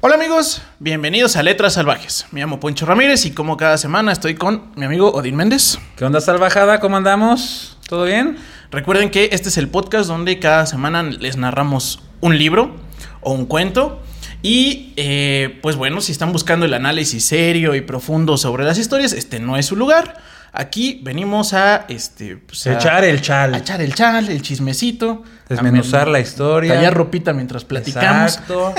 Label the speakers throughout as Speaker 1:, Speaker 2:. Speaker 1: Hola amigos, bienvenidos a Letras Salvajes. Me llamo Poncho Ramírez y como cada semana estoy con mi amigo Odín Méndez.
Speaker 2: ¿Qué onda, salvajada? ¿Cómo andamos? ¿Todo bien?
Speaker 1: Recuerden que este es el podcast donde cada semana les narramos un libro o un cuento. Y eh, pues bueno, si están buscando el análisis serio y profundo sobre las historias, este no es su lugar. Aquí venimos a este pues, a-
Speaker 2: echar el chal.
Speaker 1: a echar el chal, el chismecito, a
Speaker 2: desmenuzar
Speaker 1: men-
Speaker 2: la historia.
Speaker 1: tallar ropita mientras platicamos.
Speaker 2: Exacto.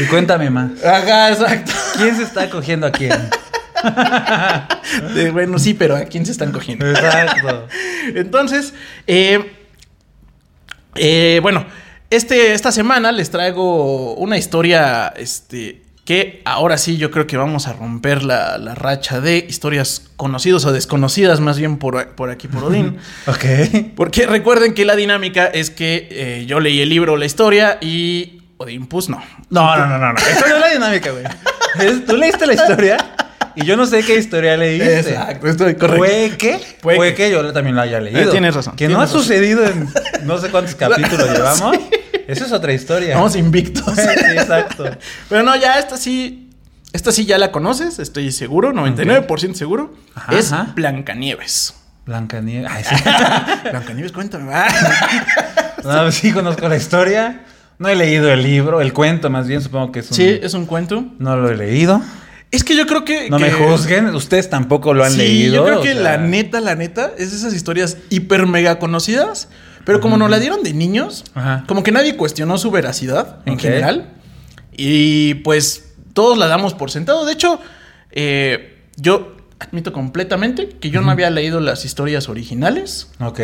Speaker 2: y cuéntame más.
Speaker 1: Ajá, exacto.
Speaker 2: ¿Quién se está cogiendo a quién?
Speaker 1: De, bueno, sí, pero ¿a quién se están cogiendo?
Speaker 2: Exacto.
Speaker 1: Entonces, eh, eh, bueno, este, esta semana les traigo una historia este, que ahora sí yo creo que vamos a romper la, la racha de historias conocidas o desconocidas, más bien por, por aquí, por Odín.
Speaker 2: Ok.
Speaker 1: Porque recuerden que la dinámica es que eh, yo leí el libro o la historia y Odín, pues no.
Speaker 2: No, no, no, no. no. Esa no es la dinámica, güey. Es- Tú leíste la historia y yo no sé qué historia leíste.
Speaker 1: estoy
Speaker 2: Puede que,
Speaker 1: Puede
Speaker 2: puede,
Speaker 1: que.
Speaker 2: que yo también lo haya leído.
Speaker 1: Eh, tienes razón,
Speaker 2: Que
Speaker 1: tienes
Speaker 2: no ha
Speaker 1: razón.
Speaker 2: sucedido en no sé cuántos capítulos llevamos. Eso es otra historia.
Speaker 1: Vamos invictos.
Speaker 2: Sí, exacto.
Speaker 1: Pero no, ya esta sí. Esta sí ya la conoces, estoy seguro, 99% seguro.
Speaker 2: Ajá,
Speaker 1: es
Speaker 2: ajá.
Speaker 1: Blancanieves.
Speaker 2: Blancanieves. Ay, sí.
Speaker 1: Blancanieves, cuéntame.
Speaker 2: No, Ah, sí conozco la historia. No he leído el libro, el cuento más bien, supongo que es un...
Speaker 1: sí, es un cuento.
Speaker 2: No lo he leído.
Speaker 1: Es que yo creo que.
Speaker 2: No
Speaker 1: que-
Speaker 2: me juzguen, ustedes tampoco lo han
Speaker 1: sí,
Speaker 2: leído.
Speaker 1: Yo creo
Speaker 2: o
Speaker 1: que
Speaker 2: sea,
Speaker 1: la neta, la neta, es de esas historias hiper mega conocidas. Pero como nos la dieron de niños,
Speaker 2: Ajá.
Speaker 1: como que nadie cuestionó su veracidad en
Speaker 2: Ok.
Speaker 1: general. Y pues todos la damos por sentado. De hecho, eh, yo admito completamente que yo no había leído las historias originales.
Speaker 2: Ok.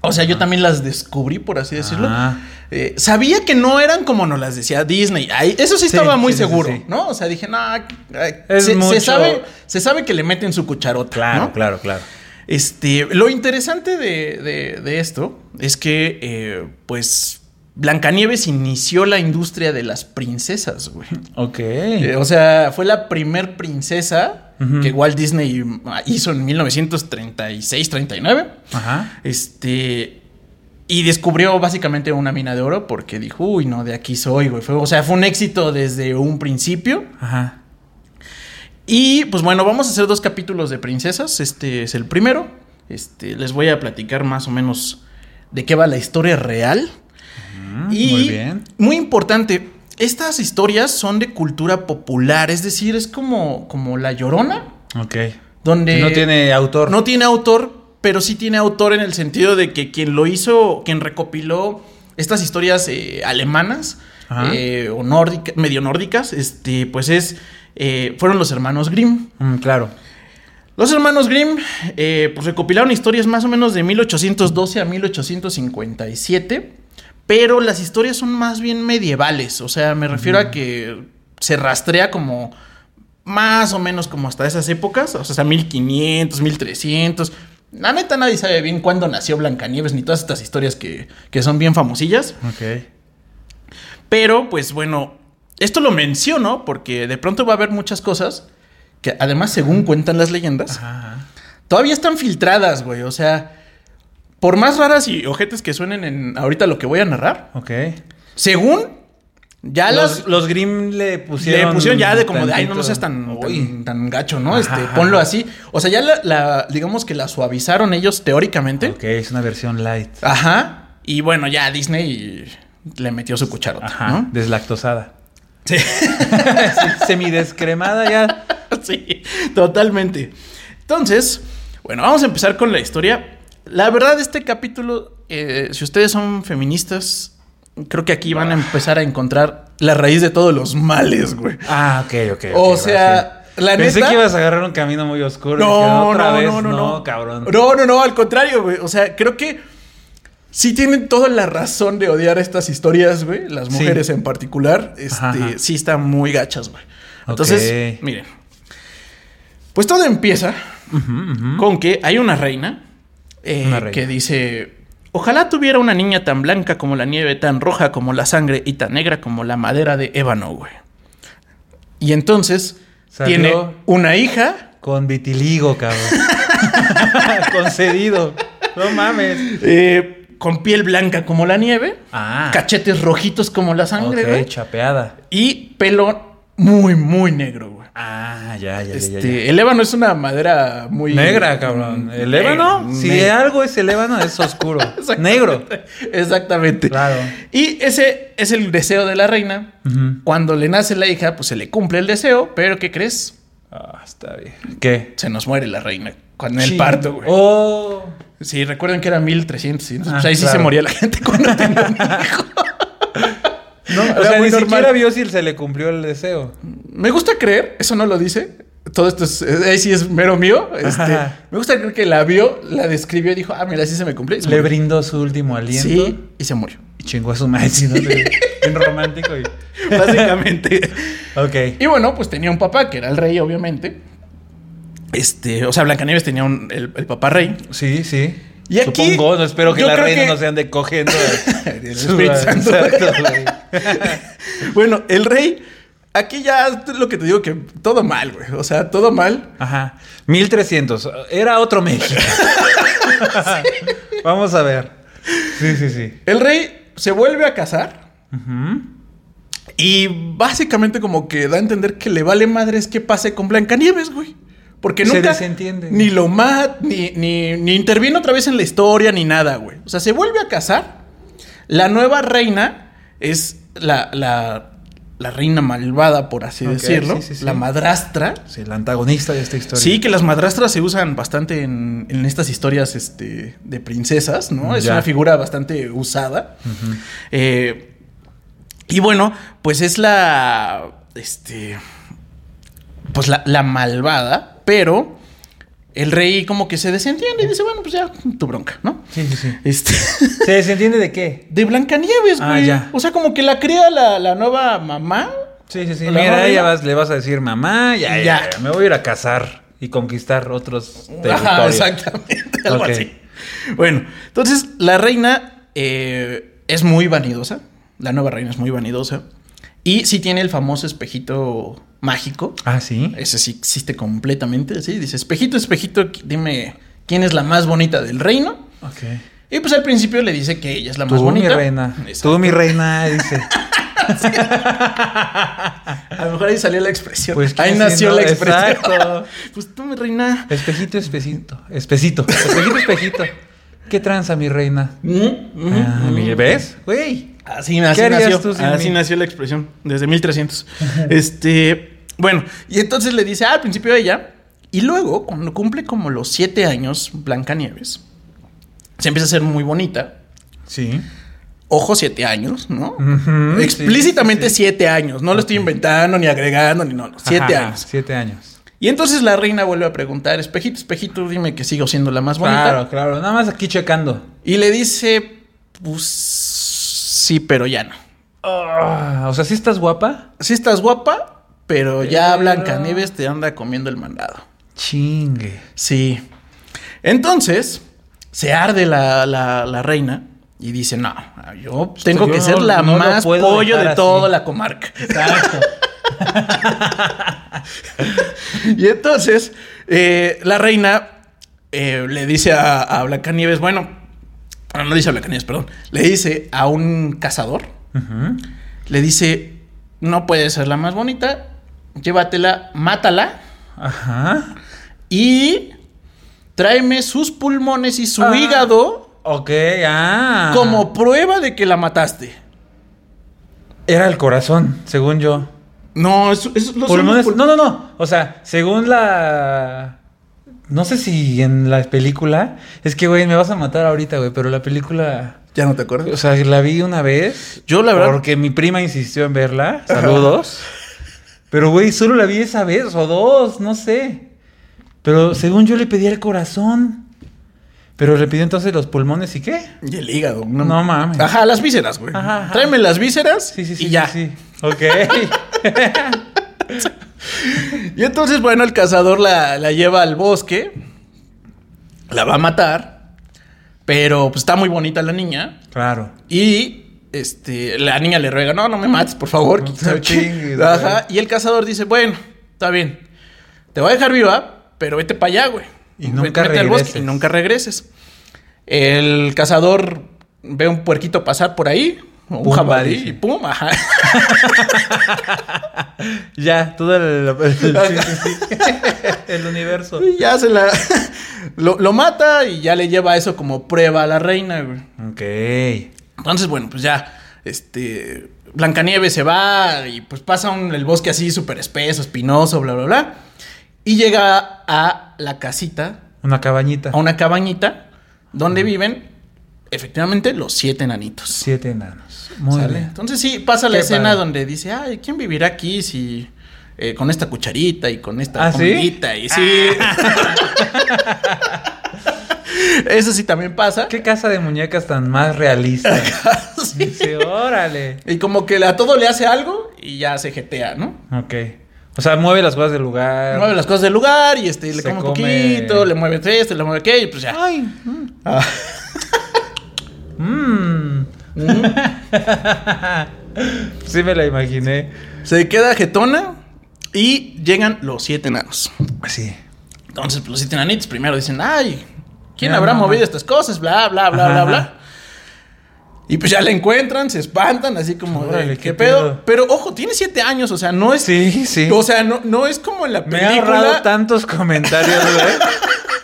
Speaker 1: O sea, yo también las descubrí, por así decirlo.
Speaker 2: Ah.
Speaker 1: Eh, sabía que no eran como nos las decía Disney. Ay, eso sí
Speaker 2: Sí,
Speaker 1: estaba muy
Speaker 2: sí, sí,
Speaker 1: seguro,
Speaker 2: sí, sí.
Speaker 1: ¿no? O sea, dije, no, ay,
Speaker 2: Es
Speaker 1: se, se
Speaker 2: mucho-
Speaker 1: sabe, se sabe que le meten su cucharota.
Speaker 2: Claro,
Speaker 1: ¿no?
Speaker 2: claro, claro.
Speaker 1: Este, lo interesante de, de- de esto es que, eh, pues, Blancanieves inició la industria de las princesas, güey.
Speaker 2: Ok.
Speaker 1: Eh, o sea, fue la primer princesa
Speaker 2: Ujú.
Speaker 1: que Walt Disney hizo en 1936-39.
Speaker 2: Ajá.
Speaker 1: Este. Y descubrió básicamente una mina de oro porque dijo, uy, no, de aquí soy, güey. Fue- o sea, fue un éxito desde un principio.
Speaker 2: Ajá.
Speaker 1: Y pues bueno, vamos a hacer dos capítulos de princesas. Este es el primero. Este, les voy a platicar más o menos de qué va la historia real.
Speaker 2: Mm,
Speaker 1: y
Speaker 2: Muy bien.
Speaker 1: muy importante, estas historias son de cultura popular, es decir, es como, como La Llorona,
Speaker 2: Ok.
Speaker 1: donde...
Speaker 2: no tiene autor.
Speaker 1: No tiene autor, pero sí tiene autor en el sentido de que quien lo hizo, quien recopiló estas historias eh, alemanas
Speaker 2: Ajá.
Speaker 1: eh, o nórdica- medio nórdicas, este, pues es, eh, fueron los hermanos Grimm.
Speaker 2: Mm, claro.
Speaker 1: Los hermanos Grimm eh, pues recopilaron historias más o menos de 1812 a 1857, pero las historias son más bien medievales, o sea, me refiero a que se rastrea como más o menos como hasta esas épocas, o sea, 1500, 1300. La neta nadie sabe bien cuándo nació Blancanieves ni todas estas historias que, que son bien famosillas,
Speaker 2: Ok.
Speaker 1: pero pues bueno, esto lo menciono porque de pronto va a haber muchas cosas que además según cuentan las leyendas
Speaker 2: Ajá.
Speaker 1: todavía están filtradas, güey. O sea, por más raras y ojetes que suenen en ahorita lo que voy a narrar,
Speaker 2: Ok.
Speaker 1: según ya las
Speaker 2: Los, los Grimm le pusieron.
Speaker 1: le pusieron ya de como de ay, no, no
Speaker 2: tantito-
Speaker 1: seas tan,
Speaker 2: Uy.
Speaker 1: tan, tan gacho, ¿no?
Speaker 2: Ajá,
Speaker 1: Este,
Speaker 2: ajá.
Speaker 1: ponlo así. O sea, ya la, la- digamos que la suavizaron ellos teóricamente.
Speaker 2: Ok, es una versión light.
Speaker 1: Ajá. Y bueno, ya Disney le metió su cucharota,
Speaker 2: Ajá.
Speaker 1: ¿no?
Speaker 2: Deslactosada.
Speaker 1: Sí.
Speaker 2: Se- Semidescremada ya.
Speaker 1: sí, totalmente. Entonces, bueno, vamos a empezar con la historia. La verdad, este capítulo, eh, si ustedes son feministas, creo que aquí
Speaker 2: Ah.
Speaker 1: van a empezar a encontrar la raíz de todos los males, güey.
Speaker 2: Ah, ok, ok. ok,
Speaker 1: O
Speaker 2: va,
Speaker 1: sea,
Speaker 2: sí.
Speaker 1: la
Speaker 2: Pensé
Speaker 1: neta-
Speaker 2: que ibas a agarrar un camino muy oscuro. Dije,
Speaker 1: No,
Speaker 2: otra
Speaker 1: no,
Speaker 2: vez,
Speaker 1: no, no, no.
Speaker 2: cabrón.
Speaker 1: No, no, no, al contrario, güey. O sea, creo que sí tienen toda la razón de odiar estas historias, güey. Las
Speaker 2: Sí.
Speaker 1: mujeres en particular, este,
Speaker 2: Ajá, ajá.
Speaker 1: sí están muy gachas, güey. Entonces,
Speaker 2: Ok.
Speaker 1: miren. Pues todo empieza
Speaker 2: Ujú, ujú.
Speaker 1: con que hay una reina, eh,
Speaker 2: Una reina.
Speaker 1: que dice, ojalá tuviera una niña tan blanca como la nieve, tan roja como la sangre y tan negra como la madera de ébano, güey. Y entonces
Speaker 2: Salió-
Speaker 1: tiene una hija.
Speaker 2: Con vitiligo, cabrón. Concedido. No mames.
Speaker 1: eh, con piel blanca como la nieve,
Speaker 2: Ah.
Speaker 1: cachetes rojitos como la sangre,
Speaker 2: ok,
Speaker 1: güey,
Speaker 2: chapeada.
Speaker 1: y pelo muy, muy negro, güey.
Speaker 2: Ah, ya, ya, ya, ya, ya.
Speaker 1: Este, mm, el ébano es una madera muy...
Speaker 2: Negra, cabrón. ¿El
Speaker 1: Negra,
Speaker 2: ébano? Si
Speaker 1: negra.
Speaker 2: algo es el ébano, es oscuro. Negro.
Speaker 1: Exactamente.
Speaker 2: Claro.
Speaker 1: Y ese es el deseo de la reina.
Speaker 2: Ujú.
Speaker 1: Cuando le nace la hija, pues se le cumple el deseo, pero ¿qué crees?
Speaker 2: Ah, está bien. ¿Qué?
Speaker 1: Se nos muere la reina con el
Speaker 2: Sí.
Speaker 1: parto, güey.
Speaker 2: Oh.
Speaker 1: Sí, recuerden que era 1300. y entonces,
Speaker 2: Ah,
Speaker 1: pues, ahí sí
Speaker 2: claro.
Speaker 1: se moría la gente cuando tenía un hijo.
Speaker 2: No, o
Speaker 1: era
Speaker 2: sea,
Speaker 1: muy
Speaker 2: ni
Speaker 1: normal.
Speaker 2: siquiera vio si se le cumplió el deseo.
Speaker 1: Me gusta creer, eso no lo dice. Todo esto es, eh, ahí sí es mero mío. Este,
Speaker 2: Ajá.
Speaker 1: me gusta creer que la vio, la describió y dijo, ah, mira, así se me cumple. y se
Speaker 2: Le
Speaker 1: murió.
Speaker 2: brindó su último aliento.
Speaker 1: Sí, y se murió.
Speaker 2: Y chingó a su madre. sí, ¿no? Bien romántico. Y...
Speaker 1: Básicamente.
Speaker 2: Ok.
Speaker 1: y bueno, pues tenía un papá que era el rey, obviamente. Este, o sea, Blancanieves tenía un- el, el papá rey.
Speaker 2: Sí, sí.
Speaker 1: Y aquí-
Speaker 2: Supongo, no espero que
Speaker 1: yo
Speaker 2: la
Speaker 1: creo
Speaker 2: reina
Speaker 1: que-
Speaker 2: no se ande cogiendo.
Speaker 1: El Espíritu Santo.
Speaker 2: Exacto, güey.
Speaker 1: Bueno, el rey, aquí ya es lo que te digo que todo mal, güey. O sea, todo mal.
Speaker 2: Ajá. 1300. Era otro México. Vamos a ver. Sí, sí, sí.
Speaker 1: El rey se vuelve a casar.
Speaker 2: Ujú.
Speaker 1: Y básicamente como que da a entender que le vale madres que pase con Blancanieves, güey. Porque
Speaker 2: Se
Speaker 1: nunca
Speaker 2: desentiende.
Speaker 1: ni lo mat, ni, ni, ni interviene otra vez en la historia, ni nada, güey. O sea, se vuelve a casar. La nueva reina es la, la, la reina malvada, por así
Speaker 2: Ok,
Speaker 1: decirlo.
Speaker 2: sí, sí, sí.
Speaker 1: La madrastra.
Speaker 2: Sí, el antagonista de esta historia.
Speaker 1: Sí, que las madrastras se usan bastante en, en estas historias este, de princesas, ¿no? Es
Speaker 2: Ya.
Speaker 1: una figura bastante usada.
Speaker 2: Ujú.
Speaker 1: Eh, y bueno, pues es la. Este. Pues la, la malvada, pero el rey como que se desentiende y dice, bueno, pues ya, tu bronca, ¿no?
Speaker 2: Sí, sí, sí.
Speaker 1: Este.
Speaker 2: ¿Se desentiende de qué?
Speaker 1: De Blancanieves,
Speaker 2: Ah,
Speaker 1: güey.
Speaker 2: ya.
Speaker 1: O sea, como que la cría la, la nueva mamá.
Speaker 2: Sí, sí, sí.
Speaker 1: La
Speaker 2: Mira,
Speaker 1: novela.
Speaker 2: ya vas, le vas a decir mamá, ya, ya,
Speaker 1: Ya.
Speaker 2: ya, Me voy a ir a casar y conquistar otros territorios.
Speaker 1: Ajá, exactamente. Algo
Speaker 2: Ok.
Speaker 1: así. Bueno, entonces la reina eh, es muy vanidosa. La nueva reina es muy vanidosa. Y sí tiene el famoso espejito mágico.
Speaker 2: Ah, sí.
Speaker 1: Ese sí existe completamente, sí. Dice, espejito, espejito, qui- dime quién es la más bonita del reino.
Speaker 2: Ok.
Speaker 1: Y pues al principio le dice que ella es la más
Speaker 2: Tú, mi
Speaker 1: bonita.
Speaker 2: reina.
Speaker 1: Exacto.
Speaker 2: Tú, mi reina, dice.
Speaker 1: A lo mejor ahí salió la expresión.
Speaker 2: Pues, ¿qué
Speaker 1: ahí
Speaker 2: si
Speaker 1: nació
Speaker 2: no?
Speaker 1: la expresión.
Speaker 2: Exacto.
Speaker 1: pues tú, mi reina.
Speaker 2: Espejito, espejito. Espejito. Espejito, espejito. ¿Qué tranza, mi reina? Ah, mi- ¿Ves? Güey.
Speaker 1: Así, así
Speaker 2: harías
Speaker 1: nació.
Speaker 2: tú sin
Speaker 1: así
Speaker 2: mí?
Speaker 1: nació la expresión, desde 1300. este, bueno, y entonces le dice ah, al principio ella, y luego, cuando cumple como los siete años, Blancanieves, se empieza a ser muy bonita.
Speaker 2: Sí.
Speaker 1: Ojo, siete años, ¿no?
Speaker 2: Ujú,
Speaker 1: Explícitamente
Speaker 2: sí, sí, sí.
Speaker 1: siete años. No lo estoy inventando, ni agregando, ni no, no. Siete
Speaker 2: Ajá,
Speaker 1: años.
Speaker 2: Siete años.
Speaker 1: Y entonces la reina vuelve a preguntar, espejito, espejito, dime que sigo siendo la más bonita.
Speaker 2: Claro, claro. Nada más aquí checando.
Speaker 1: Y le dice, pues sí, pero ya no.
Speaker 2: Ah, o sea, ¿sí estás guapa?
Speaker 1: Sí estás guapa, pero ya
Speaker 2: Pero-
Speaker 1: Blancanieves te anda comiendo el mandado.
Speaker 2: Chingue.
Speaker 1: Sí. Entonces, se arde la, la- la reina y dice, no, yo tengo
Speaker 2: yo
Speaker 1: que
Speaker 2: no-
Speaker 1: ser la
Speaker 2: no lo
Speaker 1: más
Speaker 2: puedo
Speaker 1: pollo
Speaker 2: dejar
Speaker 1: de
Speaker 2: así".
Speaker 1: toda la comarca.
Speaker 2: Exacto.
Speaker 1: Y entonces, eh, la reina eh, le dice a, a Blancanieves, bueno, ah, no no dice a Blancanieves, perdón, le dice a un cazador, le dice, no puede ser la más bonita, llévatela, mátala
Speaker 2: Ajá.
Speaker 1: y tráeme sus pulmones y su
Speaker 2: Ah.
Speaker 1: hígado
Speaker 2: Ok, ah.
Speaker 1: como prueba de que la mataste.
Speaker 2: Era el corazón, según yo.
Speaker 1: No, eso, eso no son
Speaker 2: Pulmones.
Speaker 1: los Pues pul-
Speaker 2: No, no, no. O sea, según la. No sé si en la película. Es que, güey, me vas a matar ahorita, güey. Pero la película.
Speaker 1: Ya no te acuerdas.
Speaker 2: O sea, la vi una vez.
Speaker 1: Yo, la verdad-
Speaker 2: Porque mi prima insistió en verla. Saludos. Pero, güey, solo la vi esa vez o dos, no sé. Pero según yo le pedí el corazón. Pero le pidió entonces los pulmones y qué.
Speaker 1: Y el hígado. No,
Speaker 2: No mames.
Speaker 1: Ajá, las vísceras, güey.
Speaker 2: Ajá, ajá.
Speaker 1: Tráeme las vísceras
Speaker 2: Sí, sí, sí.
Speaker 1: y ya.
Speaker 2: Sí, sí. Ok.
Speaker 1: Y entonces, bueno, el cazador la, la lleva al bosque, la va a matar, pero pues, está muy bonita la niña
Speaker 2: claro.
Speaker 1: y este, la niña le ruega, no, no me mates, por favor.
Speaker 2: No
Speaker 1: quién sabe
Speaker 2: te
Speaker 1: qué".
Speaker 2: chingues,
Speaker 1: Ajá, y el cazador dice, bueno, está bien, te voy a dejar viva, pero vete para allá, güey.
Speaker 2: Y nunca
Speaker 1: Vete al bosque
Speaker 2: regreses.
Speaker 1: y nunca regreses. El cazador ve un puerquito pasar por ahí, o un
Speaker 2: Pumba,
Speaker 1: jabalí
Speaker 2: dice.
Speaker 1: y pum, ajá.
Speaker 2: Ya, todo el, el- sí, sí, sí. El universo.
Speaker 1: Y ya se la. lo, lo mata y ya le lleva eso como prueba a la reina, güey.
Speaker 2: Ok.
Speaker 1: Entonces, bueno, pues ya. Este. Blancanieves se va y pues pasa un- el bosque así súper espeso, espinoso, bla, bla, bla. Y llega a la casita,
Speaker 2: Una cabañita.
Speaker 1: a una cabañita, donde viven efectivamente los siete enanitos.
Speaker 2: Siete enanos. Muy
Speaker 1: ¿Sale?
Speaker 2: bien.
Speaker 1: Entonces sí, pasa la
Speaker 2: Qué
Speaker 1: escena
Speaker 2: padre.
Speaker 1: donde dice, ay, ¿quién vivirá aquí si eh, con esta cucharita y con esta
Speaker 2: ¿Ah, sí? Ah.
Speaker 1: comidita? Y sí. Eso sí también pasa.
Speaker 2: ¿Qué casa de muñecas tan más realista?
Speaker 1: Sí.
Speaker 2: Dice, órale.
Speaker 1: Y como que a todo le hace algo y ya se jetea, ¿no?
Speaker 2: Ok. O sea, mueve las cosas del lugar.
Speaker 1: Mueve las cosas del lugar y este le
Speaker 2: Se
Speaker 1: come un
Speaker 2: come-
Speaker 1: poquito, le mueve esto, le mueve aquello, y pues ya. Ah.
Speaker 2: Ay. mm. Mm. sí me la imaginé.
Speaker 1: Se queda jetona y llegan los siete enanos.
Speaker 2: Sí.
Speaker 1: Entonces, pues los siete enanitos primero dicen, ay, ¿quién
Speaker 2: Ya,
Speaker 1: habrá
Speaker 2: no,
Speaker 1: movido
Speaker 2: no.
Speaker 1: estas cosas? Bla, bla, bla,
Speaker 2: Ajá,
Speaker 1: bla, bla.
Speaker 2: ajá.
Speaker 1: Y pues ya la encuentran, se espantan, así como, de,
Speaker 2: Órale,
Speaker 1: ¿qué,
Speaker 2: qué
Speaker 1: pedo?
Speaker 2: pedo.
Speaker 1: Pero ojo, tiene siete años, o sea, no es.
Speaker 2: Sí, sí.
Speaker 1: O sea, no, no es como en la
Speaker 2: Me ha ahorrado
Speaker 1: película.
Speaker 2: tantos comentarios, güey.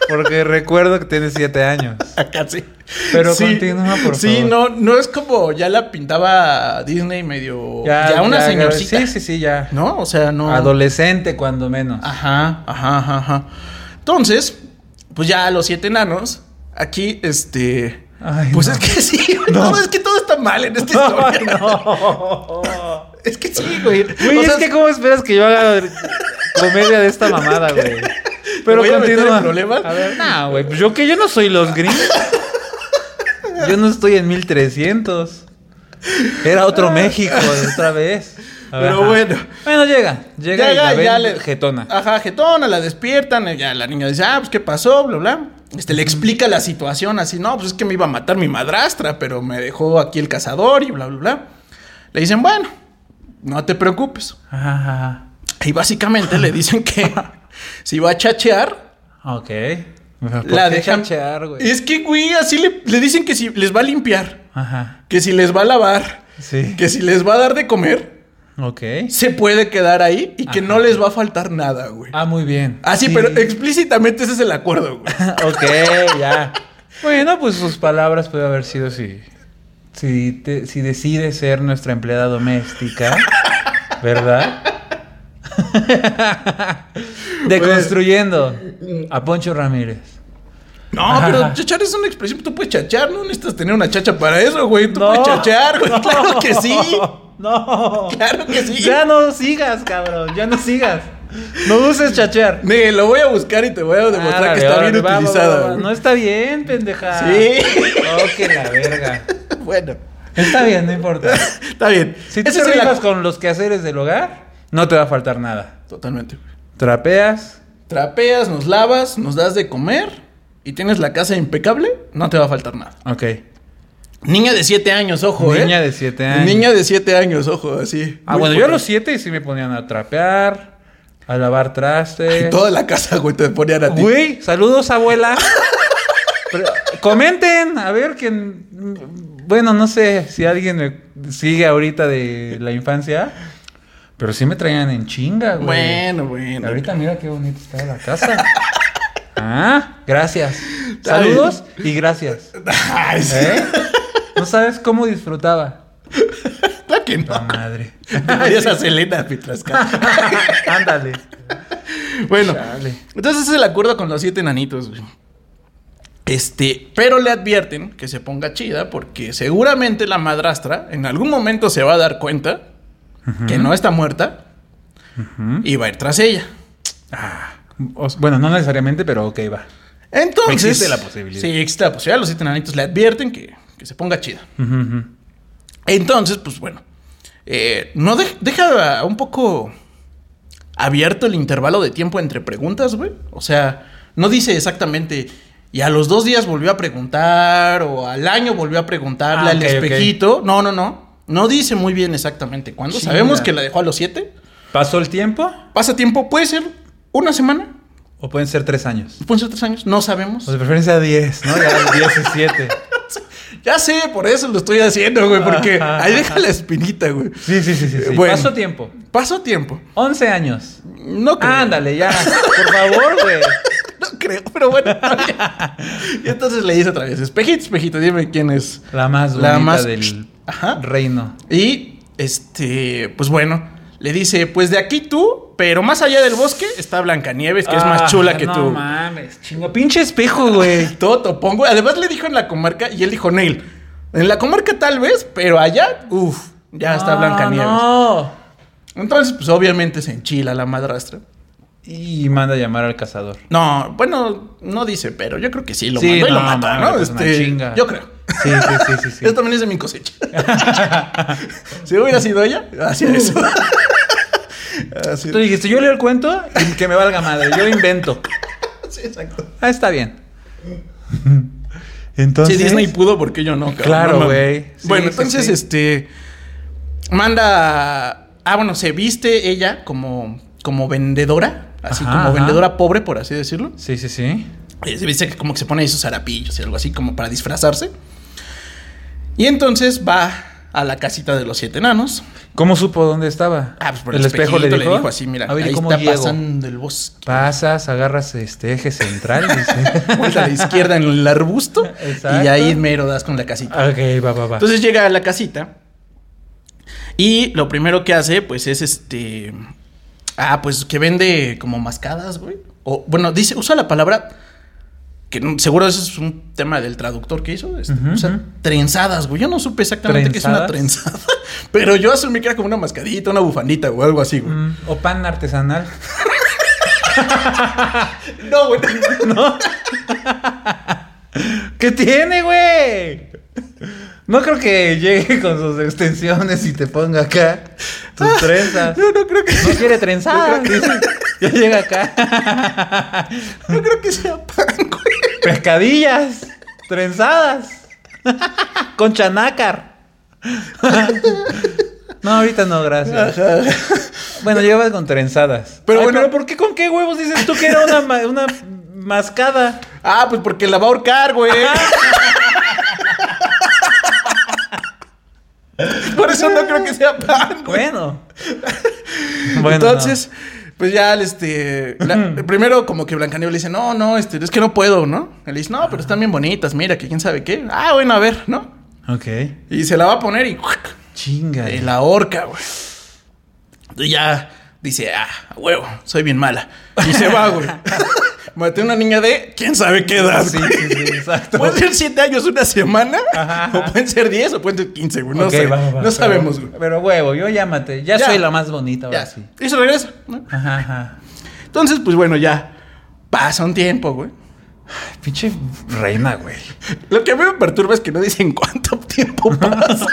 Speaker 2: Porque recuerdo que tiene siete años.
Speaker 1: Acá sí.
Speaker 2: Pero continúa, por
Speaker 1: Sí, no,
Speaker 2: favor.
Speaker 1: no es como ya la pintaba Disney medio. Ya, una
Speaker 2: ya,
Speaker 1: señorcita.
Speaker 2: Sí, sí, sí, ya.
Speaker 1: ¿No? O sea, no.
Speaker 2: Adolescente, cuando menos.
Speaker 1: Ajá, ajá, ajá, ajá. Entonces, pues ya los siete enanos, aquí, este.
Speaker 2: Ay,
Speaker 1: pues
Speaker 2: no.
Speaker 1: es que sí, güey,
Speaker 2: No.
Speaker 1: todo- es que todo está mal en esta
Speaker 2: Ay,
Speaker 1: historia.
Speaker 2: no.
Speaker 1: Es que sí, güey.
Speaker 2: Güey,
Speaker 1: O sea,
Speaker 2: es que ¿cómo esperas que yo haga comedia de esta mamada, güey? Pero
Speaker 1: voy a meter en
Speaker 2: continúa.
Speaker 1: problemas?
Speaker 2: A ver, nah, güey. Pues yo que yo no soy los Grimm. Yo no estoy en 1300. Era otro México, otra vez. A ver,
Speaker 1: Ah. Pero
Speaker 2: ajá.
Speaker 1: bueno.
Speaker 2: Bueno, llega. Llega, y la ven jetona.
Speaker 1: Ajá, jetona, la despiertan, eh, ya la niña dice, ah, pues qué pasó, bla, bla. Este, le explica la situación así, no, pues es que me iba a matar mi madrastra, pero me dejó aquí el cazador y bla, bla, bla. Le dicen, bueno, no te preocupes.
Speaker 2: Ajá, ajá,
Speaker 1: Y básicamente le dicen que si va a chachear,
Speaker 2: ajá. Ok.
Speaker 1: la dejan.
Speaker 2: chachear, güey.
Speaker 1: Es que, güey, así le, le dicen que si les va a limpiar,
Speaker 2: Ajá.
Speaker 1: que si les va a lavar,
Speaker 2: Sí.
Speaker 1: que si les va a dar de comer,
Speaker 2: Ok.
Speaker 1: se puede quedar ahí y que
Speaker 2: Ajá.
Speaker 1: no les va a faltar nada, güey.
Speaker 2: Ah, muy bien.
Speaker 1: Así,
Speaker 2: Sí.
Speaker 1: pero explícitamente ese es el acuerdo, güey.
Speaker 2: ok, ya. Bueno, pues sus palabras puede haber sido si. Si, te- si decide ser nuestra empleada doméstica, ¿verdad? Deconstruyendo a Poncho Ramírez.
Speaker 1: No,
Speaker 2: Ajá.
Speaker 1: pero chachar es una expresión. Tú puedes chachar, no necesitas tener una chacha para eso, güey. Tú
Speaker 2: No,
Speaker 1: puedes chachar, güey. Claro que sí.
Speaker 2: No.
Speaker 1: Claro que sí.
Speaker 2: Ya no sigas, cabrón. Ya no sigas. No uses chachear.
Speaker 1: Nel, lo voy a buscar y te voy a demostrar
Speaker 2: Árale,
Speaker 1: que está
Speaker 2: Ah, órale,
Speaker 1: bien
Speaker 2: va, va, va,
Speaker 1: utilizada.
Speaker 2: va.
Speaker 1: güey.
Speaker 2: No está bien, pendeja.
Speaker 1: Sí.
Speaker 2: Oh, que la verga.
Speaker 1: Bueno,
Speaker 2: Está bien, no importa.
Speaker 1: está bien.
Speaker 2: Si tú
Speaker 1: Ese
Speaker 2: te
Speaker 1: es el
Speaker 2: rifas
Speaker 1: acu-
Speaker 2: con los quehaceres del hogar, no te va a faltar nada.
Speaker 1: Totalmente, güey.
Speaker 2: Trapeas,
Speaker 1: Trapeas, nos lavas, nos das de comer y tienes la casa impecable, no te va a faltar nada.
Speaker 2: ok.
Speaker 1: Niña de 7 años, ojo, ¿eh?
Speaker 2: Niña de 7 años.
Speaker 1: Niña de 7 años, ojo, así.
Speaker 2: Ah,
Speaker 1: Muy
Speaker 2: bueno, yo a los
Speaker 1: importante.
Speaker 2: 7 sí me ponían a trapear, a lavar
Speaker 1: Y
Speaker 2: trastes.
Speaker 1: toda la casa, güey, te ponían a ti.
Speaker 2: Güey, saludos, abuela. Pero, comenten, a ver quién. Bueno, no sé si alguien me sigue ahorita de la infancia. Pero sí me traían en chinga, güey.
Speaker 1: Bueno, bueno.
Speaker 2: Ahorita mira qué bonita está la casa. Ah, gracias.
Speaker 1: Está
Speaker 2: Saludos y gracias.
Speaker 1: Ay, sí.
Speaker 2: ¿Eh? No sabes cómo disfrutaba.
Speaker 1: Claro que
Speaker 2: La
Speaker 1: no.
Speaker 2: madre.
Speaker 1: Adiós a Selena mientras canta.
Speaker 2: Ándale.
Speaker 1: Bueno,
Speaker 2: Chale.
Speaker 1: entonces ese es el acuerdo con los siete enanitos, güey. Este, pero le advierten que se ponga chida porque seguramente la madrastra en algún momento se va a dar cuenta que no está muerta
Speaker 2: Ujú.
Speaker 1: y va a ir tras ella.
Speaker 2: Ah, os- bueno, no necesariamente, pero ok, va.
Speaker 1: Entonces,
Speaker 2: Existe la posibilidad.
Speaker 1: Sí, existe la posibilidad. Los siete enanitos le advierten que, que se ponga chida.
Speaker 2: Ujú, ujú.
Speaker 1: Entonces, pues bueno, eh, no de- deja un poco abierto el intervalo de tiempo entre preguntas, güey. O sea, no dice exactamente. Y a los dos días volvió a preguntar, o al año volvió a preguntarle
Speaker 2: Ah,
Speaker 1: al
Speaker 2: ok, ok.
Speaker 1: espejito. No, no, no. No dice muy bien exactamente cuándo.
Speaker 2: Chinga.
Speaker 1: Sabemos que la dejó a los siete.
Speaker 2: ¿Pasó el tiempo?
Speaker 1: Pasa tiempo, puede ser una semana,
Speaker 2: ¿O pueden ser tres años?
Speaker 1: pueden ser tres años, no sabemos.
Speaker 2: O de preferencia 10, ¿no? Ya 17.
Speaker 1: Ya sé, por eso lo estoy haciendo, güey, porque
Speaker 2: Ajá.
Speaker 1: ahí deja la espinita, güey.
Speaker 2: Sí, sí, sí, sí. sí.
Speaker 1: Bueno.
Speaker 2: Paso tiempo.
Speaker 1: Paso tiempo.
Speaker 2: 11 años.
Speaker 1: No creo.
Speaker 2: Ándale, ya. Por favor, güey.
Speaker 1: No creo, pero bueno. está bien. y entonces le dice otra vez, espejito, espejito, dime quién es
Speaker 2: La más bonita
Speaker 1: la más...
Speaker 2: del
Speaker 1: Ajá.
Speaker 2: reino.
Speaker 1: Y, este, pues bueno, le dice, pues de aquí tú, pero más allá del bosque está Blancanieves, que es
Speaker 2: Ah,
Speaker 1: más chula que
Speaker 2: no
Speaker 1: tú.
Speaker 2: mames, chingo. Pinche espejo, güey.
Speaker 1: Todo topongo. Además le dijo en la comarca y él dijo, Neil, en la comarca tal vez, pero allá, uff, ya está
Speaker 2: No,
Speaker 1: Blancanieves.
Speaker 2: Ah, No.
Speaker 1: Entonces, pues obviamente se enchila la madrastra.
Speaker 2: Y manda a llamar al cazador.
Speaker 1: No, bueno, no dice, pero yo creo que sí, lo
Speaker 2: Sí,
Speaker 1: mandó y lo
Speaker 2: no,
Speaker 1: mató,
Speaker 2: mames,
Speaker 1: ¿no?
Speaker 2: pues, una
Speaker 1: Este,
Speaker 2: chinga.
Speaker 1: yo creo.
Speaker 2: Sí, sí, sí, sí. sí.
Speaker 1: Eso también es de mi cosecha. si hubiera sido ella, hacía eso. Así-
Speaker 2: Tú dijiste, yo leo el cuento y que me valga madre. Yo invento.
Speaker 1: sí, exacto.
Speaker 2: Ah, está bien. Entonces.
Speaker 1: Si Disney pudo, ¿por qué yo no? cabrón?
Speaker 2: Claro,
Speaker 1: No mames.
Speaker 2: güey. Sí,
Speaker 1: bueno,
Speaker 2: sí,
Speaker 1: entonces,
Speaker 2: sí.
Speaker 1: este. Manda. Ah, bueno, se viste ella como, como vendedora. Así
Speaker 2: Ajá,
Speaker 1: como
Speaker 2: ajá.
Speaker 1: vendedora pobre, por así decirlo.
Speaker 2: Sí, sí, sí.
Speaker 1: Eh, Se viste que como que se pone ahí sus zarapillos y algo así, como para disfrazarse. Y entonces va a la casita de los siete enanos.
Speaker 2: ¿Cómo supo dónde estaba?
Speaker 1: Ah, pues por
Speaker 2: el espejo le
Speaker 1: espejito
Speaker 2: dijo.
Speaker 1: así, mira,
Speaker 2: A ver, ¿y
Speaker 1: ahí
Speaker 2: ¿cómo
Speaker 1: está
Speaker 2: llego?
Speaker 1: pasando el bosque.
Speaker 2: Pasas, agarras este eje central. dice.
Speaker 1: Vuelta a la izquierda en el arbusto y
Speaker 2: Exacto.
Speaker 1: ahí mero das con la casita.
Speaker 2: ok, va, va, va.
Speaker 1: Entonces llega a la casita y lo primero que hace, pues es este. Ah, pues que vende como mascadas, güey. O bueno, dice, usa la palabra que no- seguro eso es un tema del traductor que hizo. este,
Speaker 2: Ujú,
Speaker 1: usa
Speaker 2: ujú.
Speaker 1: trenzadas, güey. Yo no supe exactamente qué es una
Speaker 2: ¿Trenzadas?
Speaker 1: trenzada, pero yo asumí que era como una mascadita, una bufandita o algo así, güey.
Speaker 2: Mm, o pan artesanal.
Speaker 1: No, güey.
Speaker 2: ¿Qué tiene, güey? No creo que llegue con sus extensiones y te ponga acá tus
Speaker 1: Ah,
Speaker 2: trenzas.
Speaker 1: No, no creo que,
Speaker 2: No quiere trenzar. Ya llega acá.
Speaker 1: no creo que sea pan, güey.
Speaker 2: Pescadillas. Trenzadas. Con chanácar. No, ahorita no, gracias. Bueno, yo iba con trenzadas.
Speaker 1: Pero
Speaker 2: Ay,
Speaker 1: bueno-
Speaker 2: ¿por qué con qué huevos dices tú que era una, ma- una mascada?
Speaker 1: Ah, pues porque la va a ahorcar, güey. Por eso no creo que sea pan, güey.
Speaker 2: Bueno. Bueno,
Speaker 1: Entonces, pues ya, este. la- primero, como que Blancanieves le dice, no, no, este, es que no puedo, ¿no? Él dice, no, pero están bien bonitas, mira, que quién sabe qué. Ah, bueno, a ver, ¿no?
Speaker 2: no. Ok.
Speaker 1: Y se la va a poner y.
Speaker 2: Chinga.
Speaker 1: En la horca, güey. Y ya dice, ah, a huevo, soy bien mala. Y se va, güey. Maté a una niña de quién sabe qué edad.
Speaker 2: Sí,
Speaker 1: güey.
Speaker 2: sí, sí, exacto.
Speaker 1: Pueden ser 7 años, una semana.
Speaker 2: Ajá, ajá.
Speaker 1: O pueden ser 10 o pueden ser 15, güey. No
Speaker 2: Ok,
Speaker 1: sé.
Speaker 2: va, va, va,
Speaker 1: no
Speaker 2: pero-
Speaker 1: sabemos, güey.
Speaker 2: Pero huevo, yo llámate. Ya,
Speaker 1: Ya.
Speaker 2: soy la más bonita ahora
Speaker 1: Ya.
Speaker 2: sí.
Speaker 1: Y se regresa. ¿no?
Speaker 2: Ajá, ajá.
Speaker 1: Entonces, pues bueno, ya pasa un tiempo, güey.
Speaker 2: Ay, Pinche reina, güey.
Speaker 1: Lo que a mí me perturba es que no dicen cuánto tiempo pasa.